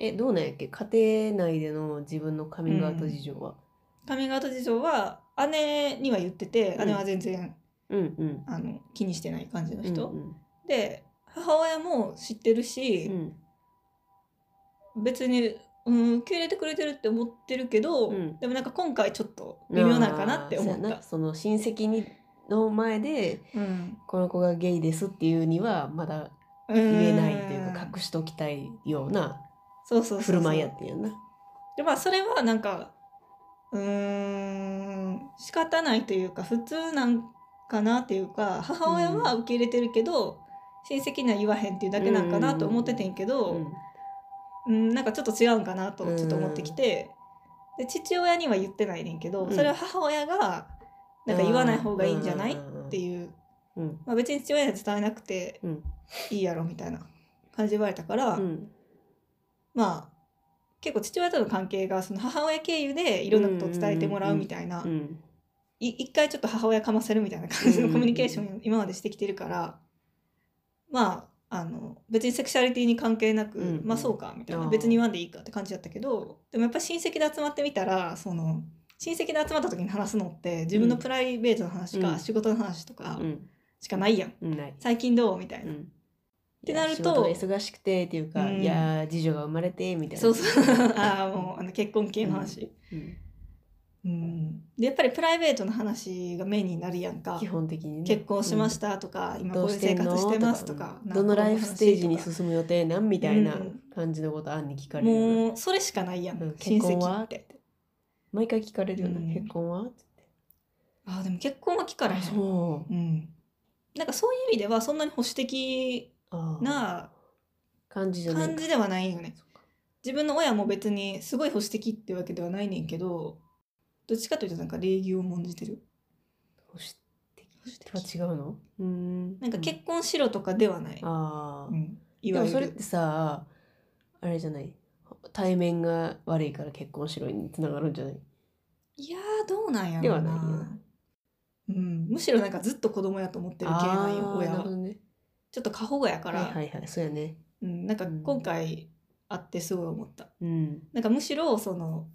[SPEAKER 3] えどうなんやっけ家庭内での自分のカミングアウト事情は
[SPEAKER 2] カミングアウト事情は姉には言ってて
[SPEAKER 3] うん
[SPEAKER 2] 姉は全然、
[SPEAKER 3] うんうん
[SPEAKER 2] あの気にしてない感じの人、
[SPEAKER 3] うん
[SPEAKER 2] で母親も知ってるし、
[SPEAKER 3] うん
[SPEAKER 2] 別に、うん、受け入れてくれてるって思ってるけど、
[SPEAKER 3] うん
[SPEAKER 2] でもなんか今回ちょっと微妙なんかなって思
[SPEAKER 3] あー
[SPEAKER 2] っ
[SPEAKER 3] そうやな
[SPEAKER 2] た。
[SPEAKER 3] その親戚にの前で
[SPEAKER 2] うん、
[SPEAKER 3] この子がゲイですっていうにはまだ
[SPEAKER 2] 言
[SPEAKER 3] 言えないというか隠しときたいような
[SPEAKER 2] そうそうそうそう
[SPEAKER 3] 振る舞いやってんやんな。
[SPEAKER 2] でまあそれはなんかうーん仕方ないというか普通なんかなっていうか母親は受け入れてるけど、親戚には言わへんっていうだけなんかなと思っててんけど、
[SPEAKER 3] う
[SPEAKER 2] う
[SPEAKER 3] ん
[SPEAKER 2] ん、なんかちょっと違うんかなとちょっと思ってきて、で父親には言ってないねんけど、
[SPEAKER 3] うん
[SPEAKER 2] それは母親がなんか言わない方がいいんじゃない、っていう、
[SPEAKER 3] うん
[SPEAKER 2] まあ、別に父親には伝えなくて
[SPEAKER 3] うん
[SPEAKER 2] いいやろみたいな感じで言われたから、
[SPEAKER 3] うん
[SPEAKER 2] まあ結構父親との関係がその母親経由でいろんなことを伝えてもらうみたいな、
[SPEAKER 3] うん
[SPEAKER 2] い一回ちょっと母親かませるみたいな感じの
[SPEAKER 3] うん
[SPEAKER 2] コミュニケーションを今までしてきてるから、まああの別にセクシャリティに関係なく、
[SPEAKER 3] うん
[SPEAKER 2] まあそうかみたい
[SPEAKER 3] あ
[SPEAKER 2] な
[SPEAKER 3] ー
[SPEAKER 2] 別に言わんでいいかって感じだったけどでもやっぱ親戚で集まってみたらその親戚で集まった時に話すのって自分のプライベートの話か、
[SPEAKER 3] うん
[SPEAKER 2] 仕事の話とか
[SPEAKER 3] うん
[SPEAKER 2] しかないやん、
[SPEAKER 3] うんない。
[SPEAKER 2] 最近どうみたいな、
[SPEAKER 3] って
[SPEAKER 2] なると
[SPEAKER 3] 忙しくてっていうか、
[SPEAKER 2] うん
[SPEAKER 3] いやー次女が生まれてみたいな
[SPEAKER 2] そうそうああもうあの結婚系の話、
[SPEAKER 3] うん
[SPEAKER 2] うんでやっぱりプライベートの話がメインになるやんか
[SPEAKER 3] 基本的にね、
[SPEAKER 2] 結婚しましたたとか、
[SPEAKER 3] うん
[SPEAKER 2] 今こ
[SPEAKER 3] ど
[SPEAKER 2] う
[SPEAKER 3] う
[SPEAKER 2] いう
[SPEAKER 3] して
[SPEAKER 2] 生
[SPEAKER 3] ん
[SPEAKER 2] 活し
[SPEAKER 3] の
[SPEAKER 2] てますとか
[SPEAKER 3] うんどのライフステージに
[SPEAKER 2] む
[SPEAKER 3] 進む予定なんみたいな
[SPEAKER 2] うん
[SPEAKER 3] 感じのことあんに聞かれるよね
[SPEAKER 2] もうそれしかないやん、
[SPEAKER 3] うん
[SPEAKER 2] 親
[SPEAKER 3] 結婚
[SPEAKER 2] 戚
[SPEAKER 3] は
[SPEAKER 2] って
[SPEAKER 3] 毎回聞かれるよね、
[SPEAKER 2] うん
[SPEAKER 3] 結婚はって
[SPEAKER 2] あーでも結婚は聞かれへん
[SPEAKER 3] そう
[SPEAKER 2] うん、なんかそういう意味ではそんなに保守的
[SPEAKER 3] あー
[SPEAKER 2] な
[SPEAKER 3] 感じじゃない
[SPEAKER 2] 感じではないよね
[SPEAKER 3] そっか
[SPEAKER 2] 自分の親も別にすごい保守的ってわけではないねんけどどっちかというとなんか礼儀を重んじてる
[SPEAKER 3] 保守的とは違うのうん
[SPEAKER 2] なんか結婚しろとかではない、
[SPEAKER 3] ああ、
[SPEAKER 2] うん、い
[SPEAKER 3] で
[SPEAKER 2] わ
[SPEAKER 3] も
[SPEAKER 2] ゆ
[SPEAKER 3] それっ
[SPEAKER 2] る
[SPEAKER 3] てさあれじゃない対面が悪いから結婚しろにつながるんじゃない
[SPEAKER 2] いやーどうなんやろう
[SPEAKER 3] ではないよ
[SPEAKER 2] うん、むしろなんかずっと子供やと思ってる系
[SPEAKER 3] あ
[SPEAKER 2] なんよ
[SPEAKER 3] ー
[SPEAKER 2] 親
[SPEAKER 3] なる
[SPEAKER 2] は
[SPEAKER 3] ほどね
[SPEAKER 2] ちょっと過保護やから、
[SPEAKER 3] はいはいはいそうやね
[SPEAKER 2] うん、なんか今回会ってすごい思った、
[SPEAKER 3] うん
[SPEAKER 2] なんかむしろその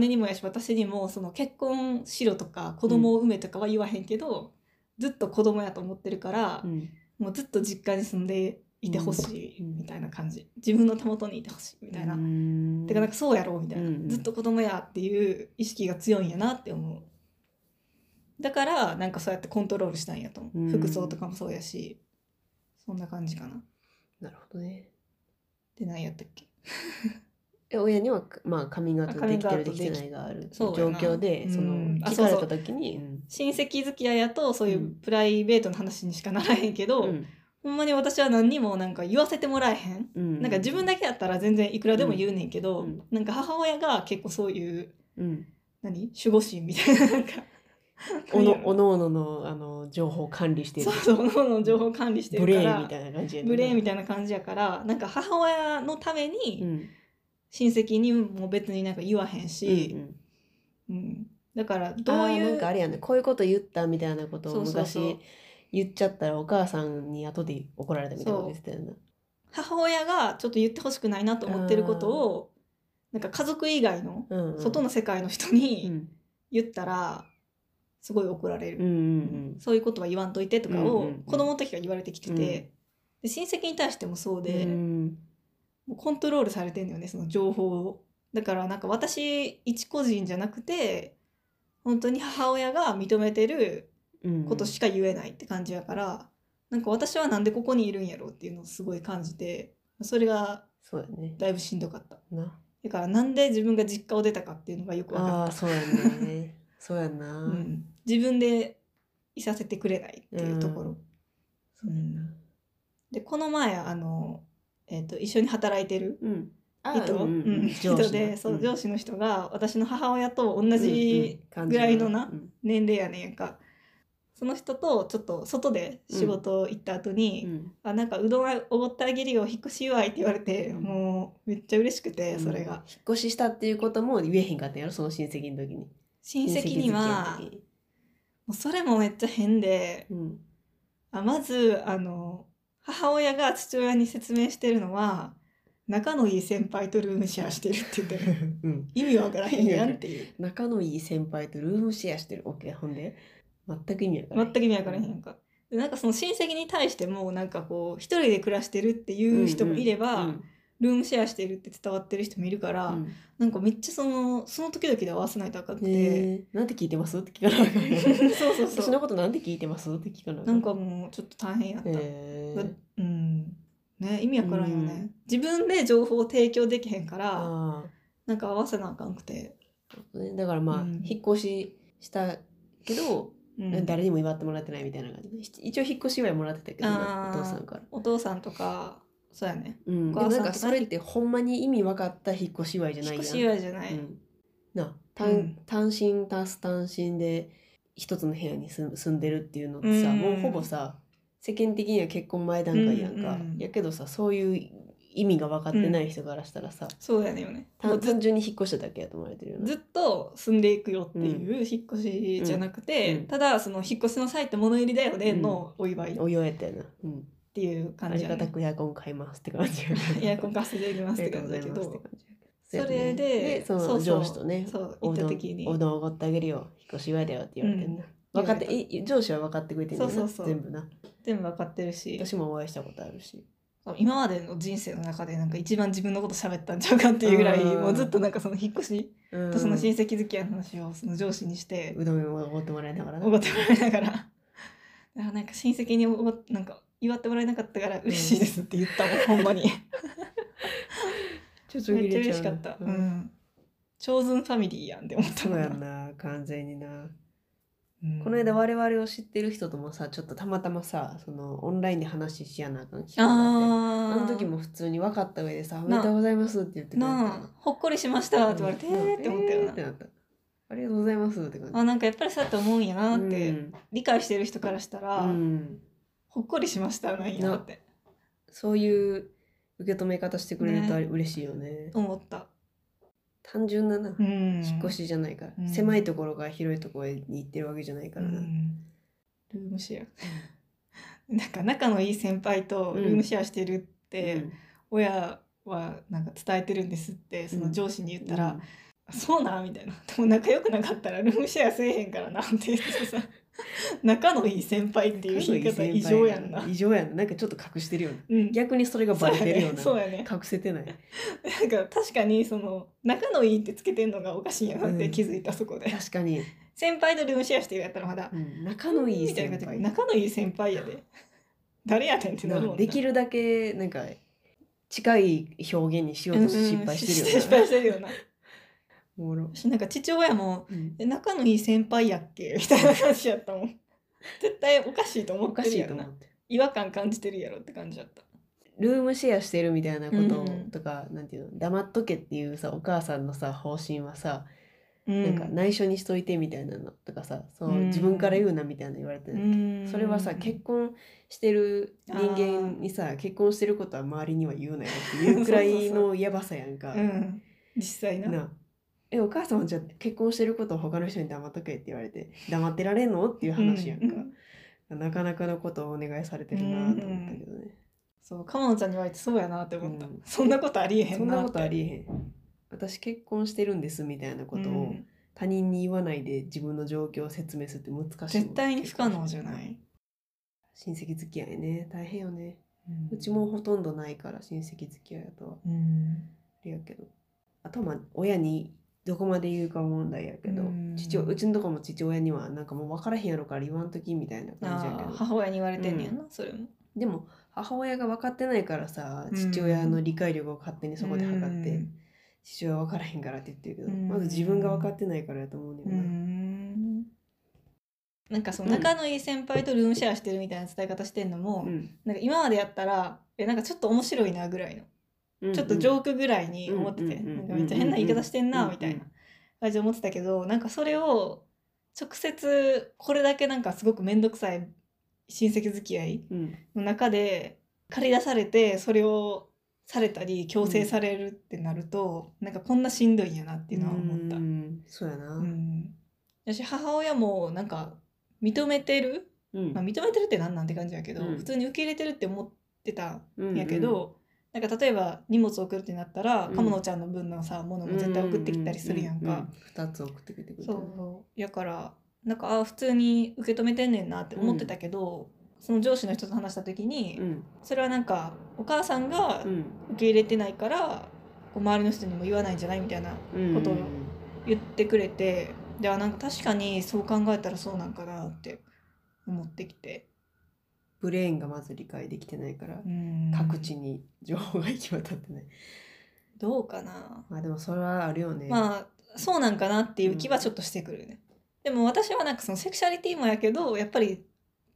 [SPEAKER 2] 姉にもやし私にもその結婚しろとか子供を産めとかは言わへんけど、ずっと子供やと思ってるから、
[SPEAKER 3] うん
[SPEAKER 2] もうずっと実家に住んでいてほしい
[SPEAKER 3] うん
[SPEAKER 2] みたいな感じ、自分の手元にいてほしいみたいな、
[SPEAKER 3] うん
[SPEAKER 2] てかなんかそうやろうみたいな、
[SPEAKER 3] うんうん
[SPEAKER 2] ずっと子供やっていう意識が強いんやなって思うだからなんかそうやってコントロールしたんやと思う、
[SPEAKER 3] うん
[SPEAKER 2] 服装とかもそうやしそんな感じかな
[SPEAKER 3] なるほどね
[SPEAKER 2] で何やったっけ
[SPEAKER 3] え親にはまあカミングアウト
[SPEAKER 2] カミ
[SPEAKER 3] で
[SPEAKER 2] ン
[SPEAKER 3] き
[SPEAKER 2] グア
[SPEAKER 3] て
[SPEAKER 2] ウ
[SPEAKER 3] る
[SPEAKER 2] ト
[SPEAKER 3] で
[SPEAKER 2] で
[SPEAKER 3] き
[SPEAKER 2] き
[SPEAKER 3] てないがある
[SPEAKER 2] そ
[SPEAKER 3] 状
[SPEAKER 2] うやな
[SPEAKER 3] 況でその
[SPEAKER 2] うんあ
[SPEAKER 3] 聞かれた時にうん
[SPEAKER 2] 親戚付き合いやとそういううんプライベートの話にしかならへんけど、ほんまに私は何にもなんか言わせてもらえへん、
[SPEAKER 3] うん
[SPEAKER 2] なんか自分だけやったら全然いくらでも言うねんけど、
[SPEAKER 3] うん
[SPEAKER 2] なんか母親が結構そういう
[SPEAKER 3] うん
[SPEAKER 2] 何守護神みたいななんか
[SPEAKER 3] お
[SPEAKER 2] 何や
[SPEAKER 3] の
[SPEAKER 2] ろ
[SPEAKER 3] おのおののあの情報を管理してる
[SPEAKER 2] そうそうおのおの情報管理して
[SPEAKER 3] 無
[SPEAKER 2] るか
[SPEAKER 3] 礼
[SPEAKER 2] ら
[SPEAKER 3] みたいな感じやね
[SPEAKER 2] 無礼みたいな感じやからなんか母親のため
[SPEAKER 3] う
[SPEAKER 2] に
[SPEAKER 3] ん
[SPEAKER 2] 親戚にも別になんか言わへんし、
[SPEAKER 3] うん
[SPEAKER 2] うんだから
[SPEAKER 3] ど
[SPEAKER 2] ど
[SPEAKER 3] う
[SPEAKER 2] う
[SPEAKER 3] い
[SPEAKER 2] いうう
[SPEAKER 3] なんかあれやねこういうこと言ったみたいなこと
[SPEAKER 2] そ
[SPEAKER 3] を
[SPEAKER 2] うそうそう
[SPEAKER 3] 昔言っちゃったらお母さんに後で怒られたみたいなこと言ってたよな
[SPEAKER 2] 母親がちょっと言ってほしくないなと思ってることをなんか家族以外の
[SPEAKER 3] うんうん
[SPEAKER 2] 外の世界の人
[SPEAKER 3] う
[SPEAKER 2] に
[SPEAKER 3] ん
[SPEAKER 2] 言ったらすごい怒られ
[SPEAKER 3] うんう
[SPEAKER 2] る、
[SPEAKER 3] ん
[SPEAKER 2] そういうことは言わんといてとか
[SPEAKER 3] うんうん
[SPEAKER 2] を
[SPEAKER 3] うん
[SPEAKER 2] 子供の時から言われてきてて、
[SPEAKER 3] うん
[SPEAKER 2] で親戚に対してもそう
[SPEAKER 3] うん
[SPEAKER 2] で、
[SPEAKER 3] うん
[SPEAKER 2] もうコントロールされてんだよねその情報をだからなんか私一個人じゃなくて本当に母親が認めてる
[SPEAKER 3] うん
[SPEAKER 2] ことしか言えないって感じやから、なんか私はなんでここにいるんやろうっていうのをすごい感じてそれが
[SPEAKER 3] そうやね
[SPEAKER 2] だいぶしんどかった。
[SPEAKER 3] な
[SPEAKER 2] だからなんで自分が実家を出たかっていうのがよく分か
[SPEAKER 3] あ
[SPEAKER 2] っ
[SPEAKER 3] あ
[SPEAKER 2] た
[SPEAKER 3] ー。そうやねそうやな
[SPEAKER 2] うん、自分でいさせてくれないっていうところ。
[SPEAKER 3] そうやな
[SPEAKER 2] でこの前あの、えっと一緒に働いてる
[SPEAKER 3] うん
[SPEAKER 2] 人,、
[SPEAKER 3] うんうんうん
[SPEAKER 2] 人
[SPEAKER 3] 上司
[SPEAKER 2] で
[SPEAKER 3] ね
[SPEAKER 2] そう、
[SPEAKER 3] うん
[SPEAKER 2] 上司の人が私の母親と同じぐらいのな
[SPEAKER 3] うん
[SPEAKER 2] 年齢やねんやんか。その人とちょっと外で仕事行った後に、
[SPEAKER 3] うん
[SPEAKER 2] あなんかうどんおごってあげるよ引っ越し祝いって言われて、
[SPEAKER 3] うん
[SPEAKER 2] もうめっちゃ嬉しくて、
[SPEAKER 3] うん
[SPEAKER 2] それが
[SPEAKER 3] 引っ越ししたっていうことも言えへんかったやろその親戚の時に
[SPEAKER 2] 親戚には
[SPEAKER 3] 親戚付き合いの時に
[SPEAKER 2] もうそれもめっちゃ変で
[SPEAKER 3] うん
[SPEAKER 2] あまずあの母親が父親に説明してるのは仲のいい先輩とルームシェアしてるって言ってる
[SPEAKER 3] うん
[SPEAKER 2] 意味わからへんやんっていう
[SPEAKER 3] 仲のいい先輩とルームシェアしてる OK ほんで全く意味わから
[SPEAKER 2] 全く意味わからへん
[SPEAKER 3] う
[SPEAKER 2] やんかでなんかその親戚に対してもなんかこう一人で暮らしてるっていう人もいれば、
[SPEAKER 3] うん
[SPEAKER 2] ルームシェアしてるって伝わってる人もいるから、
[SPEAKER 3] うん
[SPEAKER 2] なんかめっちゃそのその時々で合わせないとあかんくて、
[SPEAKER 3] ねえなんて聞いてますって聞かなあかんや ん
[SPEAKER 2] そうそう
[SPEAKER 3] 私
[SPEAKER 2] そう
[SPEAKER 3] のことなんて聞いてますって聞かなあ
[SPEAKER 2] なん
[SPEAKER 3] ん
[SPEAKER 2] かもうちょっと大変やった、
[SPEAKER 3] えー
[SPEAKER 2] うんね意味わからんよね、
[SPEAKER 3] うん
[SPEAKER 2] 自分で情報を提供できへんから
[SPEAKER 3] あ
[SPEAKER 2] なんか合わせなあかんくて、
[SPEAKER 3] あ、ね、だからまあ、
[SPEAKER 2] うん
[SPEAKER 3] 引っ越ししたけど、
[SPEAKER 2] うん
[SPEAKER 3] 誰にも祝ってもらってないみたいな感じでひ一応引っ越し祝いもらってたけどね、
[SPEAKER 2] あー
[SPEAKER 3] お父さんから。
[SPEAKER 2] お父さんとかそうやね
[SPEAKER 3] うん、で
[SPEAKER 2] お母
[SPEAKER 3] もな
[SPEAKER 2] さん
[SPEAKER 3] ん
[SPEAKER 2] とか
[SPEAKER 3] かそれってほんまに意味分かった引っ越し祝いじゃない
[SPEAKER 2] 引っ
[SPEAKER 3] やん
[SPEAKER 2] 越し祝いじゃない、
[SPEAKER 3] うん、なあ
[SPEAKER 2] う
[SPEAKER 3] 単
[SPEAKER 2] ん
[SPEAKER 3] 単身足す単身で一つの部屋に住む住んでるっていうのってさ、
[SPEAKER 2] うん
[SPEAKER 3] もうほぼさ世間的には結婚前段階やんか、
[SPEAKER 2] うんうん
[SPEAKER 3] やけどさそういう意味が分かってない人からしたらさ、
[SPEAKER 2] そうやねよね
[SPEAKER 3] 単
[SPEAKER 2] もうず
[SPEAKER 3] 単純に引っ越しただけやと思われてるよ
[SPEAKER 2] ずっ
[SPEAKER 3] ね
[SPEAKER 2] と住んでいくよっていう引っ越しじゃなくて、
[SPEAKER 3] うんうん
[SPEAKER 2] ただその引っ越しの際って物入りだよねのお祝いっ
[SPEAKER 3] お祝いやったよな、うん、
[SPEAKER 2] ていう
[SPEAKER 3] あ
[SPEAKER 2] 感じ
[SPEAKER 3] り
[SPEAKER 2] やね、
[SPEAKER 3] がたくエアコン買いますって感じ
[SPEAKER 2] エアコン
[SPEAKER 3] 買い
[SPEAKER 2] 貸 していきますって感じだけ
[SPEAKER 3] ますって
[SPEAKER 2] ど
[SPEAKER 3] 感
[SPEAKER 2] そ
[SPEAKER 3] じやけどそうや
[SPEAKER 2] れで
[SPEAKER 3] ねでそ
[SPEAKER 2] そうそう
[SPEAKER 3] の上司とね
[SPEAKER 2] そう
[SPEAKER 3] お
[SPEAKER 2] 行った
[SPEAKER 3] うどん
[SPEAKER 2] 時に
[SPEAKER 3] おうどんおごってあげるよ引っ越し祝いだよって言われてんな、分かって
[SPEAKER 2] 言われ
[SPEAKER 3] い上司は分かってくれてんねんな
[SPEAKER 2] そうそうそう
[SPEAKER 3] 全部な
[SPEAKER 2] 全部わかってるし
[SPEAKER 3] 私もお会いしたことあるし
[SPEAKER 2] 今までの人生の中でなんか一番自分のこと喋ったんちゃうかっていうぐらい
[SPEAKER 3] うん
[SPEAKER 2] もうずっとなんかその引っ越し
[SPEAKER 3] うん
[SPEAKER 2] とその親戚付き合いの話をその上司にして
[SPEAKER 3] うどんをおごってもらいながらな
[SPEAKER 2] おごってもらいながらだ からなんか親戚におごなんか祝ってもらえなかったから嬉しいですって言ったもん、ほんまに
[SPEAKER 3] ちょっと
[SPEAKER 2] めっ
[SPEAKER 3] 切
[SPEAKER 2] ちゃ
[SPEAKER 3] れ
[SPEAKER 2] 嬉
[SPEAKER 3] ち
[SPEAKER 2] し
[SPEAKER 3] ゃ
[SPEAKER 2] か
[SPEAKER 3] う
[SPEAKER 2] った、う
[SPEAKER 3] うん
[SPEAKER 2] ん、超人ファミリーやんって思った
[SPEAKER 3] そ
[SPEAKER 2] も
[SPEAKER 3] うんやんな完全にな
[SPEAKER 2] うん
[SPEAKER 3] この間我々を知ってる人ともさちょっとたまたまさそのオンラインで話ししやなあかん機会があって
[SPEAKER 2] あ
[SPEAKER 3] あ
[SPEAKER 2] ー
[SPEAKER 3] の時も普通に分かった上でさ「おめでとうございます」って言ってくれた
[SPEAKER 2] なあほっこりしましたって言われて、えーって思ったよ
[SPEAKER 3] えー
[SPEAKER 2] な、
[SPEAKER 3] ってなったありがとうございますって感じ
[SPEAKER 2] あなんかやっぱりそうやって思うんやなって、
[SPEAKER 3] うん
[SPEAKER 2] 理解してる人からしたら、
[SPEAKER 3] うん
[SPEAKER 2] ほっこりしましたなんやなって
[SPEAKER 3] そういう受け止め方してくれるとあれ嬉しいよね
[SPEAKER 2] 思った、
[SPEAKER 3] 単純だな
[SPEAKER 2] うん、
[SPEAKER 3] 引っ越しじゃないから、
[SPEAKER 2] うん
[SPEAKER 3] 狭いところから広いところに行ってるわけじゃないか
[SPEAKER 2] う
[SPEAKER 3] らな、
[SPEAKER 2] んルームシェア なんか仲のいい先輩とルームシェアしてるって、
[SPEAKER 3] うん
[SPEAKER 2] 親はなんか伝えてるんですってその上司に言ったら、
[SPEAKER 3] うん
[SPEAKER 2] そうなんみたいなでも仲良くなかったらルームシェアせえへんからなって言って さ仲のいい先輩っていう言い方異常やんな
[SPEAKER 3] 異常やんななんかちょっと隠してるような
[SPEAKER 2] うん
[SPEAKER 3] 逆にそれがバレてるような
[SPEAKER 2] そうやね
[SPEAKER 3] 隠せてない
[SPEAKER 2] そうやねなんか確かにその仲のいいってつけてんのがおかしいんやなって気づいた、そこで
[SPEAKER 3] 確かに、
[SPEAKER 2] 先輩とルームシェアしてるやったらまだ
[SPEAKER 3] うん仲のいい
[SPEAKER 2] みたい
[SPEAKER 3] 先
[SPEAKER 2] な感じ
[SPEAKER 3] 輩
[SPEAKER 2] で仲のいい先輩やで誰やねんってなるもん
[SPEAKER 3] でき
[SPEAKER 2] る
[SPEAKER 3] るだけなんか近い表現にしようとして失敗してるよ
[SPEAKER 2] 失敗してるよな
[SPEAKER 3] なおもろ
[SPEAKER 2] 私なんか父親も
[SPEAKER 3] うん
[SPEAKER 2] え仲のいい先輩やっけみたいな感じやったも ん絶対おかしいと思
[SPEAKER 3] お
[SPEAKER 2] って
[SPEAKER 3] か
[SPEAKER 2] る
[SPEAKER 3] しい
[SPEAKER 2] や
[SPEAKER 3] と
[SPEAKER 2] ろ
[SPEAKER 3] 思っ
[SPEAKER 2] な
[SPEAKER 3] て
[SPEAKER 2] 違和感感じてるやろって感じだった
[SPEAKER 3] ルームシェアしてるみたいなこと
[SPEAKER 2] うんうん
[SPEAKER 3] とか、なんていうの黙っとけっていうさお母さんのさ方針はさ、
[SPEAKER 2] な
[SPEAKER 3] なんか内緒にしといてみたいなのとかさそう、
[SPEAKER 2] うん
[SPEAKER 3] 自分から言うなみたいなの言われて、それはさ結婚してる人間にさ結婚してることは周りには言うなよっていうくらいのやばさやんか。
[SPEAKER 2] うん実際な
[SPEAKER 3] なえお母さんはじゃあ結婚してることを他の人に黙っとけって言われて黙ってられんのっていう話やんか、
[SPEAKER 2] う
[SPEAKER 3] なかなかのことをお願いされてるなと思ったけどね、
[SPEAKER 2] そうかもんちゃんに言われてそうやなって思った、
[SPEAKER 3] うん
[SPEAKER 2] そんなことありえへんなって
[SPEAKER 3] そんなことありえへん私結婚してるんですみたいなこと
[SPEAKER 2] う
[SPEAKER 3] を
[SPEAKER 2] ん
[SPEAKER 3] 他人に言わないで自分の状況を説明するって難しいもん
[SPEAKER 2] 絶対に不可能じゃない、
[SPEAKER 3] 親戚付き合いね大変よね
[SPEAKER 2] う
[SPEAKER 3] うちもほとんどないから親戚付き合いだとは
[SPEAKER 2] うん
[SPEAKER 3] あれやけどあとはまあ親にどこまで言うか問題やけど、
[SPEAKER 2] うん
[SPEAKER 3] 父親うちのとこも父親にはなんかもう分からへんやろから言わんときみたいな感じやけ
[SPEAKER 2] あー
[SPEAKER 3] ど
[SPEAKER 2] 母親に言われてんねやな、それも
[SPEAKER 3] でも母親が分かってないからさ
[SPEAKER 2] うん
[SPEAKER 3] 父親の理解力を勝手にそこで測って、
[SPEAKER 2] うん
[SPEAKER 3] 父親は分からへんからって言ってるけど、
[SPEAKER 2] うん
[SPEAKER 3] まず自分が分かってないからやと思うね
[SPEAKER 2] うん
[SPEAKER 3] な、
[SPEAKER 2] んなんかその
[SPEAKER 3] うん
[SPEAKER 2] 仲のいい先輩とルームシェアしてるみたいな伝え方してんのも、
[SPEAKER 3] うん
[SPEAKER 2] なんか今までやったらえなんかちょっと面白いなぐらいの、
[SPEAKER 3] うん
[SPEAKER 2] ちょっとジョークぐらいに思ってて、
[SPEAKER 3] うんうん
[SPEAKER 2] なんかめっちゃ変な言い方してんな、
[SPEAKER 3] うん
[SPEAKER 2] みたいな感じで思ってたけどなんかそれを直接これだけなんかすごく面倒くさい親戚付き合い
[SPEAKER 3] うん
[SPEAKER 2] の中で借り出されてそれをされたり強制されるってなると、なんかこんなしんどいんやなっていうのは思った
[SPEAKER 3] う。んそうやな、
[SPEAKER 2] う、ん、私母親もなんか認めてる、
[SPEAKER 3] うん
[SPEAKER 2] まあ、認めてるって何なんて感じやけど、
[SPEAKER 3] うん
[SPEAKER 2] 普通に受け入れてるって思ってた
[SPEAKER 3] うん
[SPEAKER 2] んやけど、なんか例えば荷物送るってなったら、
[SPEAKER 3] うん
[SPEAKER 2] かものちゃんの分のさもの
[SPEAKER 3] う
[SPEAKER 2] も絶対送ってきたりするやんか、
[SPEAKER 3] ううう2つ送ってきてくれた
[SPEAKER 2] そうそうやからなんかあー普通に受け止めてんねんなって思ってたけど、その上司の人と話した時に、
[SPEAKER 3] うん
[SPEAKER 2] それはなんかお母さんが
[SPEAKER 3] う
[SPEAKER 2] 受
[SPEAKER 3] ん
[SPEAKER 2] け入れてないから、こう周りの人にも言わないんじゃないみたいな
[SPEAKER 3] うん
[SPEAKER 2] ことを言ってくれてであなんか確かにそう考えたらそうなんかなって思ってきて
[SPEAKER 3] ブレーンがまず理解できてないから
[SPEAKER 2] うん
[SPEAKER 3] 各地に情報が行き渡ってない
[SPEAKER 2] どうかな
[SPEAKER 3] まあでもそれはあるよね、
[SPEAKER 2] まあそうなんかなっていう気はちょっとしてくるよね、でも私はなんかそのセクシャリティもやけどやっぱり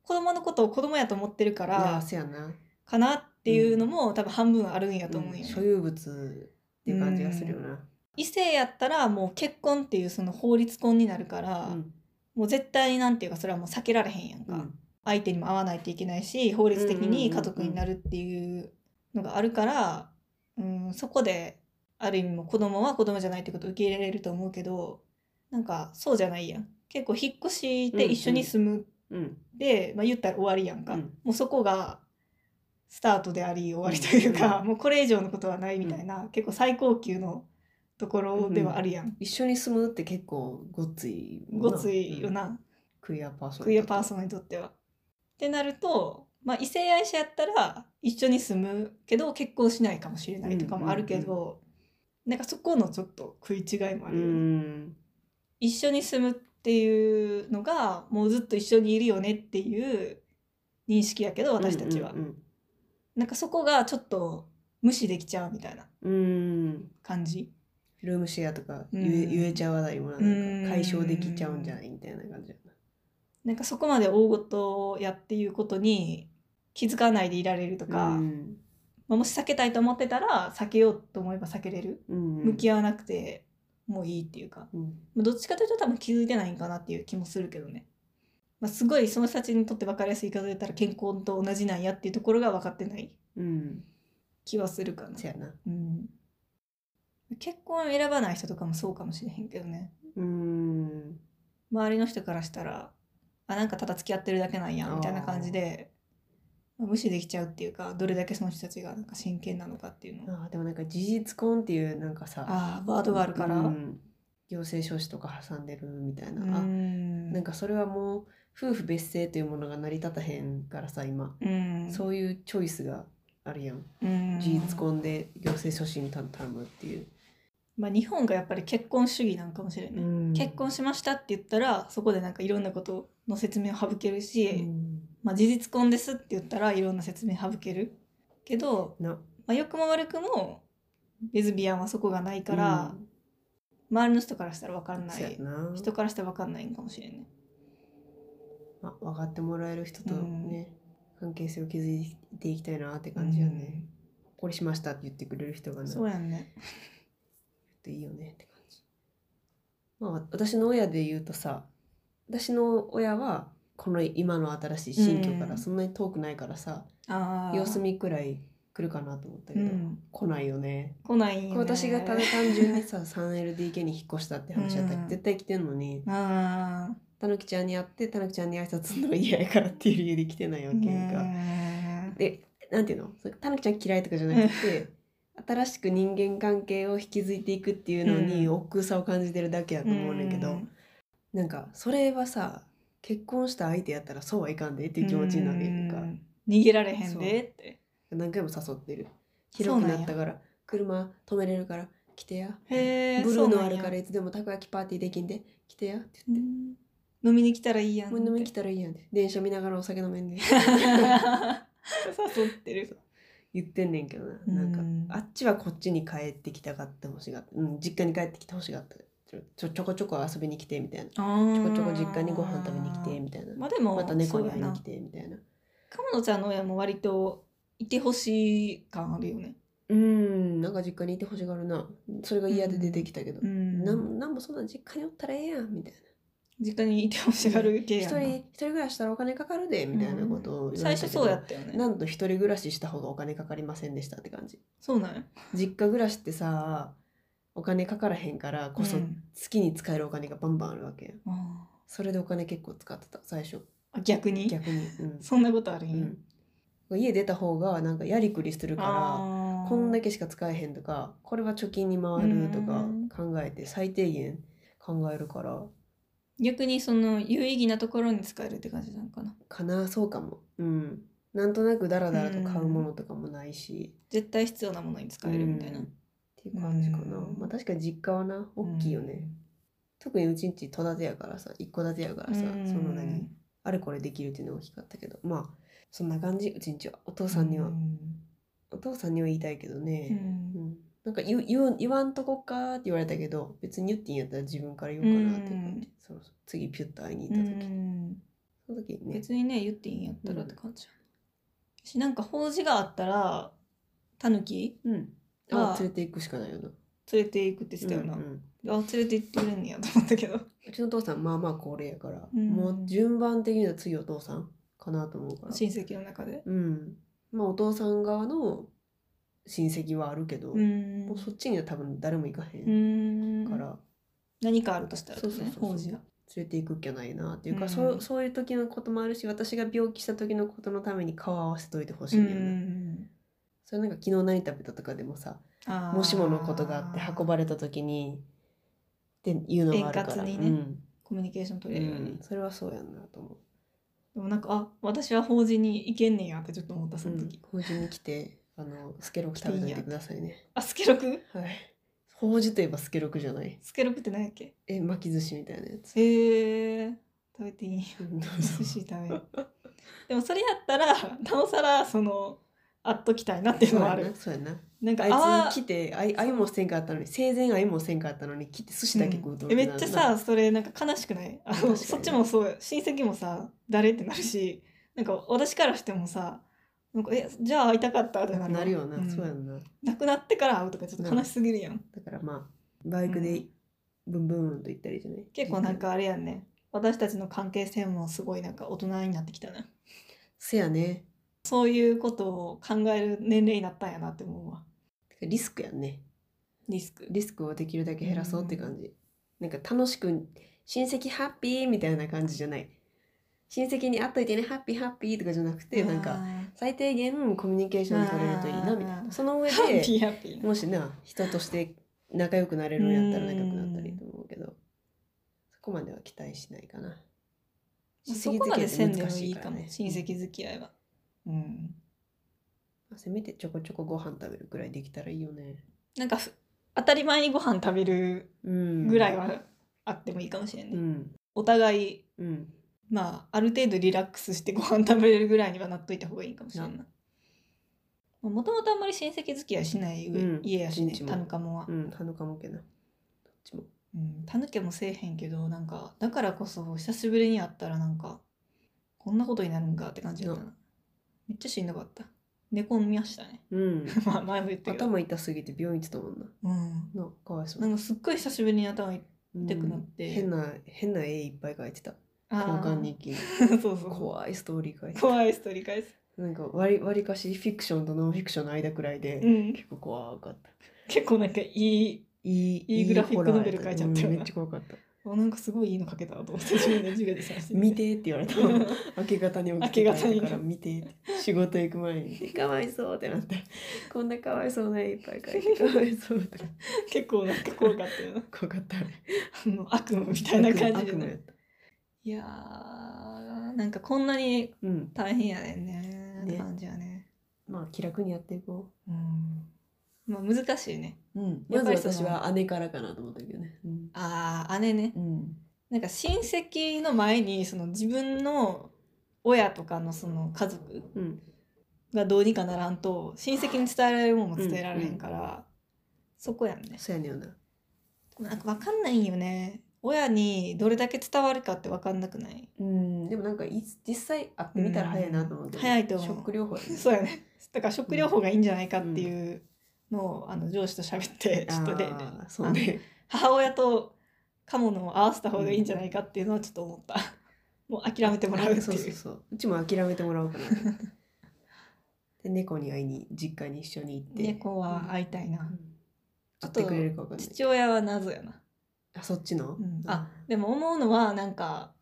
[SPEAKER 2] 子供のことを子供やと思ってるか
[SPEAKER 3] いや
[SPEAKER 2] ら
[SPEAKER 3] せやな
[SPEAKER 2] かなっていうのも、多分半分あるんやと思うよ、
[SPEAKER 3] うん所有物っていう感じがするよな、
[SPEAKER 2] 異性やったらもう結婚っていうその法律婚になるから、
[SPEAKER 3] うん
[SPEAKER 2] もう絶対になんていうかそれはもう避けられへんやんか、
[SPEAKER 3] うん
[SPEAKER 2] 相手にも会わないといけないし法律的に家族になるっていうのがあるから、うん、そこである意味もう子供は子供じゃないってことを受け入れられると思うけどなんかそうじゃないやん結構引っ越して一緒に住む
[SPEAKER 3] うん
[SPEAKER 2] で、まあ、言ったら終わりやんか、
[SPEAKER 3] うん
[SPEAKER 2] もうそこがスタートであり終わりというか、
[SPEAKER 3] う
[SPEAKER 2] もうこれ以上のことはないみたいな、結構最高級のところではあるやん、
[SPEAKER 3] 一緒に住むって結構ごっついもんな
[SPEAKER 2] ごついよな、
[SPEAKER 3] クイアパーソン
[SPEAKER 2] クイアパーソ
[SPEAKER 3] ン
[SPEAKER 2] ンにとっては。ってなると、まあ、異性愛者やったら一緒に住むけど結婚しないかもしれないとかもあるけど、
[SPEAKER 3] うん
[SPEAKER 2] なんかそこのちょっと食い違いもあ
[SPEAKER 3] う
[SPEAKER 2] るよね、
[SPEAKER 3] ん
[SPEAKER 2] 一緒に住むっていうのがもうずっと一緒にいるよねっていう認識やけど私たちは、
[SPEAKER 3] うん
[SPEAKER 2] なんかそこがちょっと無視できちゃうみたいな
[SPEAKER 3] うんうん、うん
[SPEAKER 2] 感じ。
[SPEAKER 3] ルームシェアとか言え,、
[SPEAKER 2] うん
[SPEAKER 3] 言えちゃわないもんななんか解消できちゃうんじゃないみたいな感じやな
[SPEAKER 2] なんかそこまで大ごとやっていうことに気づかないでいられるとか、
[SPEAKER 3] うん
[SPEAKER 2] まあ、もし避けたいと思ってたら避けようと思えば避けれる
[SPEAKER 3] うん、
[SPEAKER 2] 向き合わなくてもういいっていうか
[SPEAKER 3] うん
[SPEAKER 2] まあどっちかというと多分気づいてないんかなっていう気もするけどね、まあ、すごいその人たちにとって分かりやすい言い方で言ったら健康と同じなんやっていうところが分かってない
[SPEAKER 3] うん、
[SPEAKER 2] 気はするかな
[SPEAKER 3] せ、やな
[SPEAKER 2] うん、結婚を選ばない人とかもそうかもしれへんけどね
[SPEAKER 3] うん
[SPEAKER 2] 周りの人からしたらあなんかただ付き合ってるだけなんやみたいな感じで、まあ無視できちゃうっていうかどれだけその人たちがなんか真剣なのかっていうのを
[SPEAKER 3] あーでもなんか事実婚っていうなんかさ
[SPEAKER 2] ああワードがあるから、
[SPEAKER 3] うん行政書士とか挟んでるみたいな、あ
[SPEAKER 2] うん
[SPEAKER 3] なんかそれはもう夫婦別姓というものが成り立たへんからさ今、
[SPEAKER 2] うん
[SPEAKER 3] そういうチョイスがあるやん、
[SPEAKER 2] うん
[SPEAKER 3] 事実婚で行政書士に頼むっていう、
[SPEAKER 2] まあ、日本がやっぱり結婚主義なんかもしれない、結婚
[SPEAKER 3] し
[SPEAKER 2] しましたって言ったらそこでなんかいろんなことの説明を省けるし、
[SPEAKER 3] うん
[SPEAKER 2] まあ、事実婚ですって言ったらいろんな説明省けるけど、
[SPEAKER 3] な
[SPEAKER 2] まあ、良くも悪くもレズビアンはそこがないから、周りの人からしたら分か
[SPEAKER 3] うんん
[SPEAKER 2] な
[SPEAKER 3] そう
[SPEAKER 2] い
[SPEAKER 3] やな
[SPEAKER 2] 人からしたら分かんないんかもしれない、
[SPEAKER 3] まあ、分かってもらえる人と
[SPEAKER 2] うん
[SPEAKER 3] ね、関係性を築いていきたいなって感じよね、これしましたって言ってくれる人が
[SPEAKER 2] うん
[SPEAKER 3] ね
[SPEAKER 2] そうやんね
[SPEAKER 3] っていいよねって感じ。まあわ私の親で言うとさ私の親はこの今の新しい新居か
[SPEAKER 2] う
[SPEAKER 3] ら
[SPEAKER 2] ん
[SPEAKER 3] そんなに遠くないからさ、
[SPEAKER 2] ああ
[SPEAKER 3] 様子見くらい来るかなと思ったけど、
[SPEAKER 2] うん
[SPEAKER 3] 来ないよね。
[SPEAKER 2] 来ないんよね
[SPEAKER 3] 私がただ単純にさ 3LDK に引っ越したって話だったけ
[SPEAKER 2] うん
[SPEAKER 3] ど絶対来てんのに
[SPEAKER 2] ああ
[SPEAKER 3] たぬきちゃんに会ってたぬきちゃんに挨拶するのが嫌やからっていう理由で来てないわけやんか。
[SPEAKER 2] ね
[SPEAKER 3] でなんていうのそれタヌキちゃん嫌いとかじゃなくて新しく人間関係を引き継いでいくっていうのに
[SPEAKER 2] うん
[SPEAKER 3] 億劫さを感じてるだけやと思うねんだけど、
[SPEAKER 2] うん
[SPEAKER 3] なんかそれはさ結婚した相手やったらそうはいかんでっていう気持ちになるやんか、
[SPEAKER 2] うん逃げられへんでって
[SPEAKER 3] 何回も誘ってる
[SPEAKER 2] そう
[SPEAKER 3] 広
[SPEAKER 2] な
[SPEAKER 3] く
[SPEAKER 2] んや
[SPEAKER 3] なったから車止めれるから来てや
[SPEAKER 2] へえ
[SPEAKER 3] ブルーのある
[SPEAKER 2] そう
[SPEAKER 3] か
[SPEAKER 2] なん
[SPEAKER 3] ら
[SPEAKER 2] や
[SPEAKER 3] いつでもたこ焼きパーティーできんで来てやって
[SPEAKER 2] う
[SPEAKER 3] 言って
[SPEAKER 2] ん飲みに来たらいいやん
[SPEAKER 3] 「もう飲みに来たらいいやん」って電車見ながらお酒飲めんで
[SPEAKER 2] 誘ってる
[SPEAKER 3] 言ってんねんけどななんかあっちはこっちに帰ってきたがってほしがった、うん、実家に帰ってきてほしがったちょちょちょこちょこ遊びに来てみたいなち
[SPEAKER 2] ち
[SPEAKER 3] ょ
[SPEAKER 2] ょ
[SPEAKER 3] こちょこ実家にご飯食べに来てみたいな
[SPEAKER 2] まあでも
[SPEAKER 3] また猫に
[SPEAKER 2] そ
[SPEAKER 3] 会
[SPEAKER 2] う
[SPEAKER 3] い
[SPEAKER 2] やな
[SPEAKER 3] に来てみたいな
[SPEAKER 2] 鴨野ちゃんの親も割といてほしい感あるよね
[SPEAKER 3] うんなんか実家にいてほしがるなそれが嫌で出てきたけど、
[SPEAKER 2] うん
[SPEAKER 3] なん、なんもそんなん実家におったらええやんみたいな
[SPEAKER 2] 実家にいてほしがる系
[SPEAKER 3] 一
[SPEAKER 2] やな
[SPEAKER 3] 人一人暮らししたらお金かかるでみたいなことを言
[SPEAKER 2] 最
[SPEAKER 3] われ
[SPEAKER 2] 初
[SPEAKER 3] たけど
[SPEAKER 2] そうやったよね
[SPEAKER 3] なんと一人暮らしした方がお金かかりませんでしたって感じ
[SPEAKER 2] そうなんや
[SPEAKER 3] 実家暮らしってさお金かからへんからこそ
[SPEAKER 2] うん
[SPEAKER 3] 月に使えるお金がバンバンあるわけやん
[SPEAKER 2] あ
[SPEAKER 3] それでお金結構使ってた最初
[SPEAKER 2] ー逆に
[SPEAKER 3] 逆に、うん
[SPEAKER 2] そんなことあるんや
[SPEAKER 3] うん、家出た方がなんかやりくりするか
[SPEAKER 2] あ
[SPEAKER 3] ら
[SPEAKER 2] ー
[SPEAKER 3] こんだけしか使えへんとかこれは貯金に回るとか
[SPEAKER 2] うん
[SPEAKER 3] 考えて最低限考えるから
[SPEAKER 2] 逆にその有意義なところに使えるって感じなのかな
[SPEAKER 3] かなそうかもうんなんとなくダラダラと買うものとかもないし、
[SPEAKER 2] 絶対必要なものに使えるみたいな
[SPEAKER 3] うんっていう感じかな、
[SPEAKER 2] うん
[SPEAKER 3] まあ確かに実家はな大きいよね、特にうちんち戸建てやからさ一戸建てやからさ、その何あれこれできるっていうのが大きかったけどまあそんな感じうちんちはお父さんには、お父さんには言いたいけど
[SPEAKER 2] う
[SPEAKER 3] ね、
[SPEAKER 2] ん
[SPEAKER 3] うんなんか言う言う言わんとこかって言われたけど別に言っていいんやったら自分から言おうかなっていう感じ、そうそう次ピュッと会いに行った時、
[SPEAKER 2] うん
[SPEAKER 3] その時にね
[SPEAKER 2] 別にね言っていいんやったらって感じや、しなんか法事があったらタヌキ
[SPEAKER 3] うん
[SPEAKER 2] ま
[SPEAKER 3] あ
[SPEAKER 2] あ
[SPEAKER 3] 連れて行くしかないよな
[SPEAKER 2] 連れて行くって言ってたよな、
[SPEAKER 3] うんう
[SPEAKER 2] あ
[SPEAKER 3] ん
[SPEAKER 2] 連れて行ってくれんねやと思ったけど
[SPEAKER 3] うちのお父さんまあまあ高齢やから、
[SPEAKER 2] うん
[SPEAKER 3] もう順番的には次お父さんかなと思うから
[SPEAKER 2] 親戚の中で
[SPEAKER 3] うんまあお父さん側の親戚はあるけど、
[SPEAKER 2] うん
[SPEAKER 3] もうそっちには多分誰も行かへ
[SPEAKER 2] うんん
[SPEAKER 3] から、
[SPEAKER 2] 何かあるとしたらです
[SPEAKER 3] そう
[SPEAKER 2] ね
[SPEAKER 3] そうそうそう
[SPEAKER 2] 法事が
[SPEAKER 3] 連れて行くっきゃないなっていうか、
[SPEAKER 2] うん
[SPEAKER 3] そうそういう時のこともあるし私が病気した時のことのために顔合わせといてほし
[SPEAKER 2] う
[SPEAKER 3] いんだよね、
[SPEAKER 2] ん
[SPEAKER 3] それなんか昨日何食べたとかでもさ
[SPEAKER 2] あー
[SPEAKER 3] もしものことがあって運ばれた時にっていうのがあるから、
[SPEAKER 2] 円滑に
[SPEAKER 3] う
[SPEAKER 2] ね
[SPEAKER 3] ん
[SPEAKER 2] コミュニケーション取
[SPEAKER 3] う
[SPEAKER 2] れるように、
[SPEAKER 3] ん、それはそうやんなと思う。
[SPEAKER 2] でもなんかあ私は法事に行けんねんやってちょっと思ったその時、
[SPEAKER 3] 法事に来てあのスケロク食べといてくださいね
[SPEAKER 2] あスケロク
[SPEAKER 3] はい法事といえばスケロクじゃない
[SPEAKER 2] スケロクって何やっけ
[SPEAKER 3] え巻き寿司みたいなやつ
[SPEAKER 2] へえー、食べてい いんや
[SPEAKER 3] うん
[SPEAKER 2] 寿司食べるでもそれやったらなおさらそのあっときたいなっていうのはある
[SPEAKER 3] そうやな
[SPEAKER 2] なんか
[SPEAKER 3] そうやなあ
[SPEAKER 2] あ
[SPEAKER 3] いつ来てあいあいもせんかったのに生前あいもせんかったのに来て寿司だけ食うと
[SPEAKER 2] うんえめっちゃさそれなんか悲しくないあ
[SPEAKER 3] 確か
[SPEAKER 2] の
[SPEAKER 3] に
[SPEAKER 2] そっちもそう親戚もさ誰ってなるしなんか私からしてもさなんかえじゃあ会いたかったってな
[SPEAKER 3] な
[SPEAKER 2] る
[SPEAKER 3] なるよな、
[SPEAKER 2] ん
[SPEAKER 3] そうやんな
[SPEAKER 2] 亡くなってから会うとかちょっと悲しすぎるやん、
[SPEAKER 3] だからまあバイクでブンブンと行ったりじゃない
[SPEAKER 2] 結構なんかあれやんね私たちの関係性もすごいなんか大人になってきたな
[SPEAKER 3] せやね
[SPEAKER 2] そういうことを考える年齢になったんやなって思うわ
[SPEAKER 3] てかリスクやんね
[SPEAKER 2] リスク
[SPEAKER 3] リスクをできるだけ減らそうって感じ、なんか楽しく親戚ハッピーみたいな感じじゃない親戚に会っといてねハッピーハッピーとかじゃなくてなんか最低限コミュニケーション取れるといいなみたい
[SPEAKER 2] あー
[SPEAKER 3] なその
[SPEAKER 2] あ
[SPEAKER 3] 上
[SPEAKER 2] ーハッピ
[SPEAKER 3] で
[SPEAKER 2] ーハッピーな
[SPEAKER 3] もしな人として仲良くなれるんやったら仲良くなったらいいと思うけどそこまでは期待しないかな
[SPEAKER 2] そこまでせんでもいい
[SPEAKER 3] から
[SPEAKER 2] かも親戚付き合いはうん
[SPEAKER 3] まあせめてちょこちょこご飯食べるくらいできたらいいよね
[SPEAKER 2] なんかふ当たり前にご飯食べる
[SPEAKER 3] うん
[SPEAKER 2] ぐらいはあってもいいかもしれない、
[SPEAKER 3] うん
[SPEAKER 2] お互い
[SPEAKER 3] うん
[SPEAKER 2] まあある程度リラックスしてご飯食べれるぐらいにはなっといた方がいいかもしれないもともとあんまり親戚付き合いしない上、
[SPEAKER 3] うん
[SPEAKER 2] 家やしね
[SPEAKER 3] うちも
[SPEAKER 2] 田中もは
[SPEAKER 3] う、ん田中もけなどっちも
[SPEAKER 2] うん、たぬけもせえへんけどなんかだからこそ久しぶりに会ったらなんかこんなことになるんかって感じだったなめっちゃしんどかった寝込みましたね
[SPEAKER 3] うん
[SPEAKER 2] まあ前も言ったけど
[SPEAKER 3] 頭痛すぎて病院行ってたもんな。
[SPEAKER 2] うん、
[SPEAKER 3] なかわいそう
[SPEAKER 2] なんかすっごい久しぶりに頭痛痛
[SPEAKER 3] 痛
[SPEAKER 2] くなって
[SPEAKER 3] 変な変な絵いっぱい描いてた。
[SPEAKER 2] あ
[SPEAKER 3] 交
[SPEAKER 2] ー
[SPEAKER 3] 換日記。
[SPEAKER 2] そうそう怖
[SPEAKER 3] 怖いストーリー描い
[SPEAKER 2] い
[SPEAKER 3] てた。
[SPEAKER 2] 怖いストーリー返す、
[SPEAKER 3] なんか割り割りかしフィクションとノンフィクションの間くらいで、
[SPEAKER 2] うん、
[SPEAKER 3] 結構怖かった。
[SPEAKER 2] 結構なんかいい
[SPEAKER 3] いい
[SPEAKER 2] いいグラフィック
[SPEAKER 3] ホラー
[SPEAKER 2] ノベル描いちゃったよな
[SPEAKER 3] うんめっちゃ怖かった。
[SPEAKER 2] あなんかすごいいいの書けたなと思って自分で授業で探して
[SPEAKER 3] 見てって言われたもん。明け方に起きて
[SPEAKER 2] 明け方に
[SPEAKER 3] 帰ったから見てって。仕事行く前に 見て。かわいそうってなって。 こんなかわいそうな絵いっぱい描いて。かわいそう って。
[SPEAKER 2] 結構なんか怖かったよな
[SPEAKER 3] 怖かった。
[SPEAKER 2] あの悪夢みたいな感じ
[SPEAKER 3] 悪
[SPEAKER 2] で
[SPEAKER 3] 夢やった。
[SPEAKER 2] いやーなんかこんなに
[SPEAKER 3] うん。
[SPEAKER 2] 大変やねんねって
[SPEAKER 3] ね
[SPEAKER 2] 感じやね。
[SPEAKER 3] まあ気楽にやっていこう。
[SPEAKER 2] うん。まあ難しいね。
[SPEAKER 3] うん、
[SPEAKER 2] や
[SPEAKER 3] ま
[SPEAKER 2] っ
[SPEAKER 3] ず
[SPEAKER 2] ぱりその
[SPEAKER 3] 私は姉からかなと思ったけどね。うん
[SPEAKER 2] ああ、姉ね。なんか親戚の前にその自分の親とかのその家族
[SPEAKER 3] うん
[SPEAKER 2] がどうにかならんと親戚に伝えられるもんも伝えられへんから、そこやんね。
[SPEAKER 3] そうやねんよな。
[SPEAKER 2] なんかわかんないんよね。親にどれだけ伝わるかってわかんなくない。
[SPEAKER 3] うん、でもなんかいつ実際会ってみたら早いなと思って、
[SPEAKER 2] うん早いと思う
[SPEAKER 3] ショック療法やね
[SPEAKER 2] そうやね。だから食療法がいいんじゃないかっていうのを、あの上司と喋ってちょっとで、
[SPEAKER 3] あーそうね。
[SPEAKER 2] 母親とカモのを合わせた方がいいんじゃないかっていうのはちょっと思 った、もう諦めてもらうっていう
[SPEAKER 3] そうそうそう。うちも諦めてもらおうかな と思って。で猫に会いに実家に一緒に行って。
[SPEAKER 2] 猫は会いたいな、
[SPEAKER 3] うん
[SPEAKER 2] ちょっ
[SPEAKER 3] 会っ
[SPEAKER 2] と
[SPEAKER 3] てくれるかわかんない。
[SPEAKER 2] 父親は謎やな、
[SPEAKER 3] あそっちの？
[SPEAKER 2] うんあでも思うのはなんか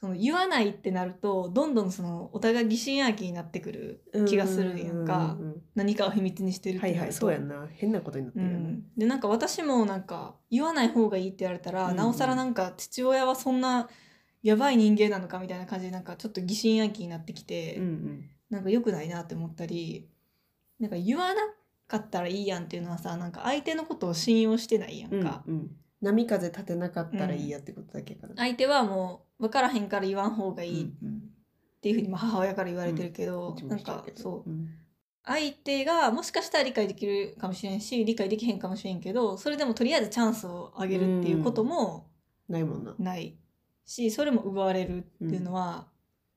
[SPEAKER 2] その言わないってなるとどんどんそのお互い疑心暗鬼になってくる気がするんやんか
[SPEAKER 3] うう
[SPEAKER 2] 何かを秘密にしてる
[SPEAKER 3] うん
[SPEAKER 2] っ
[SPEAKER 3] は
[SPEAKER 2] て
[SPEAKER 3] い
[SPEAKER 2] な
[SPEAKER 3] は
[SPEAKER 2] る
[SPEAKER 3] い。
[SPEAKER 2] と
[SPEAKER 3] そうやんな。変なことになって
[SPEAKER 2] う
[SPEAKER 3] るよね。
[SPEAKER 2] ん、でなんか私もなんか言わない方がいいって言われたら、
[SPEAKER 3] うん
[SPEAKER 2] なおさらなんか父親はそんなやばい人間なのかみたいな感じでなんかちょっと疑心暗鬼になってきて、
[SPEAKER 3] うんうん。
[SPEAKER 2] なんか良くないなって思ったりなんか言わなかったらいいやんっていうのはさなんか相手のことを信用してないやんか、
[SPEAKER 3] うんうん波風立てなかったらいいやってことだけかな。
[SPEAKER 2] 相手はもう分からへんから言わん方がいいっ
[SPEAKER 3] うんうん
[SPEAKER 2] っていうふうにまあ母親から言われてるけ
[SPEAKER 1] う
[SPEAKER 2] ど、
[SPEAKER 1] ちも
[SPEAKER 2] なん
[SPEAKER 1] そうだ
[SPEAKER 2] か
[SPEAKER 1] けど
[SPEAKER 2] そう
[SPEAKER 1] うん
[SPEAKER 2] 相手がもしかしたら理解できるかもしれんし理解できへんかもしれんけどそれでもとりあえずチャンスをあげるっていうことも
[SPEAKER 3] ないもんな。
[SPEAKER 2] ないしそれも奪われるっていうのは、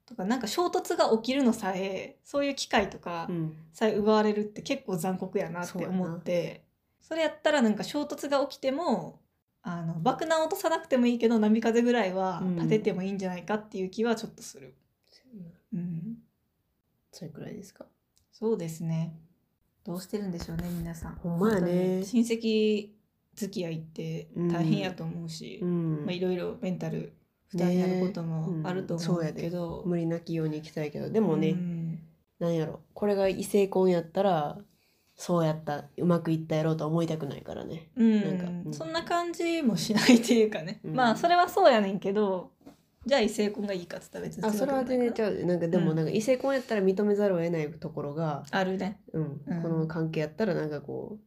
[SPEAKER 2] とかなんか衝突が起きるのさえそういう機会とか
[SPEAKER 3] うん。
[SPEAKER 2] さえ奪われるって結構残酷やなって思ってそれやったらなんか衝突が起きてもあの爆弾落とさなくてもいいけど波風ぐらいは
[SPEAKER 3] うん
[SPEAKER 2] 立ててもいいんじゃないかっていう気はちょっとする。うん
[SPEAKER 3] それくらいですか。
[SPEAKER 2] そうですね。どうしてるんでしょうね、皆さん。
[SPEAKER 3] ほんまやね
[SPEAKER 2] 本当に親戚付き合いって大変やと思うし、
[SPEAKER 3] ん
[SPEAKER 2] まあいろいろメンタル負担になることもあると思
[SPEAKER 3] ねえうんそううや
[SPEAKER 2] ん
[SPEAKER 3] で
[SPEAKER 2] だけど、
[SPEAKER 3] 無理なきように行きたいけど、でもね、
[SPEAKER 2] うん
[SPEAKER 3] なんやろ。これが異性婚やったら、そうやった、うまくいったやろうとは思いたくないからね。
[SPEAKER 2] うん
[SPEAKER 3] なんかうん
[SPEAKER 2] そんな感じもしないっていうかね、
[SPEAKER 3] うん
[SPEAKER 2] まあそれはそうやねんけどじゃあ異性婚がいいかっつったら別に
[SPEAKER 3] あ、それは全然
[SPEAKER 2] ゃ
[SPEAKER 3] ちゃうで。なんかでも、
[SPEAKER 2] うん
[SPEAKER 3] なんか異性婚やったら認めざるを得ないところが、
[SPEAKER 2] あるね
[SPEAKER 3] うん、
[SPEAKER 2] うん
[SPEAKER 3] この関係やったらなんかこ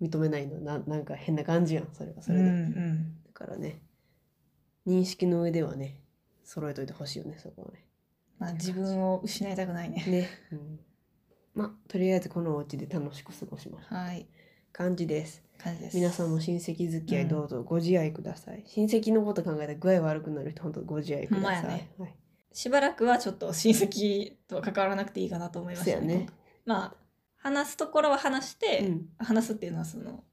[SPEAKER 3] う認めないのななんか変な感じやんそれはそれ
[SPEAKER 2] う
[SPEAKER 3] で、
[SPEAKER 2] ん
[SPEAKER 3] だからね認識の上ではね揃えといてほしいよねそこはね
[SPEAKER 2] まあ自分を失いたくないね
[SPEAKER 3] ね、うん、まあとりあえずこのお家で楽しく過ごしましょう
[SPEAKER 2] はい
[SPEAKER 3] 感じです
[SPEAKER 2] 感じです
[SPEAKER 3] 皆さんも親戚付き合いどうぞご自愛ください、親戚のこと考えたら具合悪くなる人本当ご自愛ください、
[SPEAKER 2] ほんまやね
[SPEAKER 3] はい、
[SPEAKER 2] しばらくはちょっと親戚とは関わらなくていいかなと思いま
[SPEAKER 3] そ
[SPEAKER 2] し
[SPEAKER 3] う
[SPEAKER 2] た
[SPEAKER 3] やね、
[SPEAKER 2] まあ話すところは話して、
[SPEAKER 3] うん、
[SPEAKER 2] 話すっていうのはその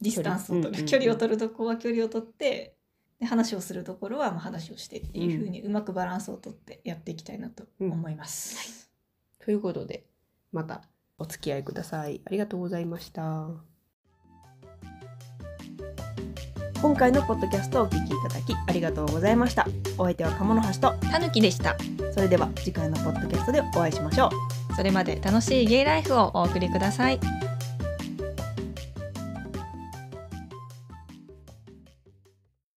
[SPEAKER 2] ディスタンスを取る距
[SPEAKER 3] 距
[SPEAKER 2] 離
[SPEAKER 3] 離
[SPEAKER 2] を
[SPEAKER 3] うん
[SPEAKER 2] 取るとこは距離を取ってで話をするところはまあ話をしてっていうふうにうまくバランスをとってやっていきたいなと思います。
[SPEAKER 3] ということでまたお付き合いくださいありがとうございました今回のポッドキャストをお聞きいただきありがとうございましたお相手は鴨の橋と
[SPEAKER 2] たぬきでした。
[SPEAKER 3] それでは次回のポッドキャストでお会いしましょう
[SPEAKER 2] それまで楽しいゲイライフをお送りください。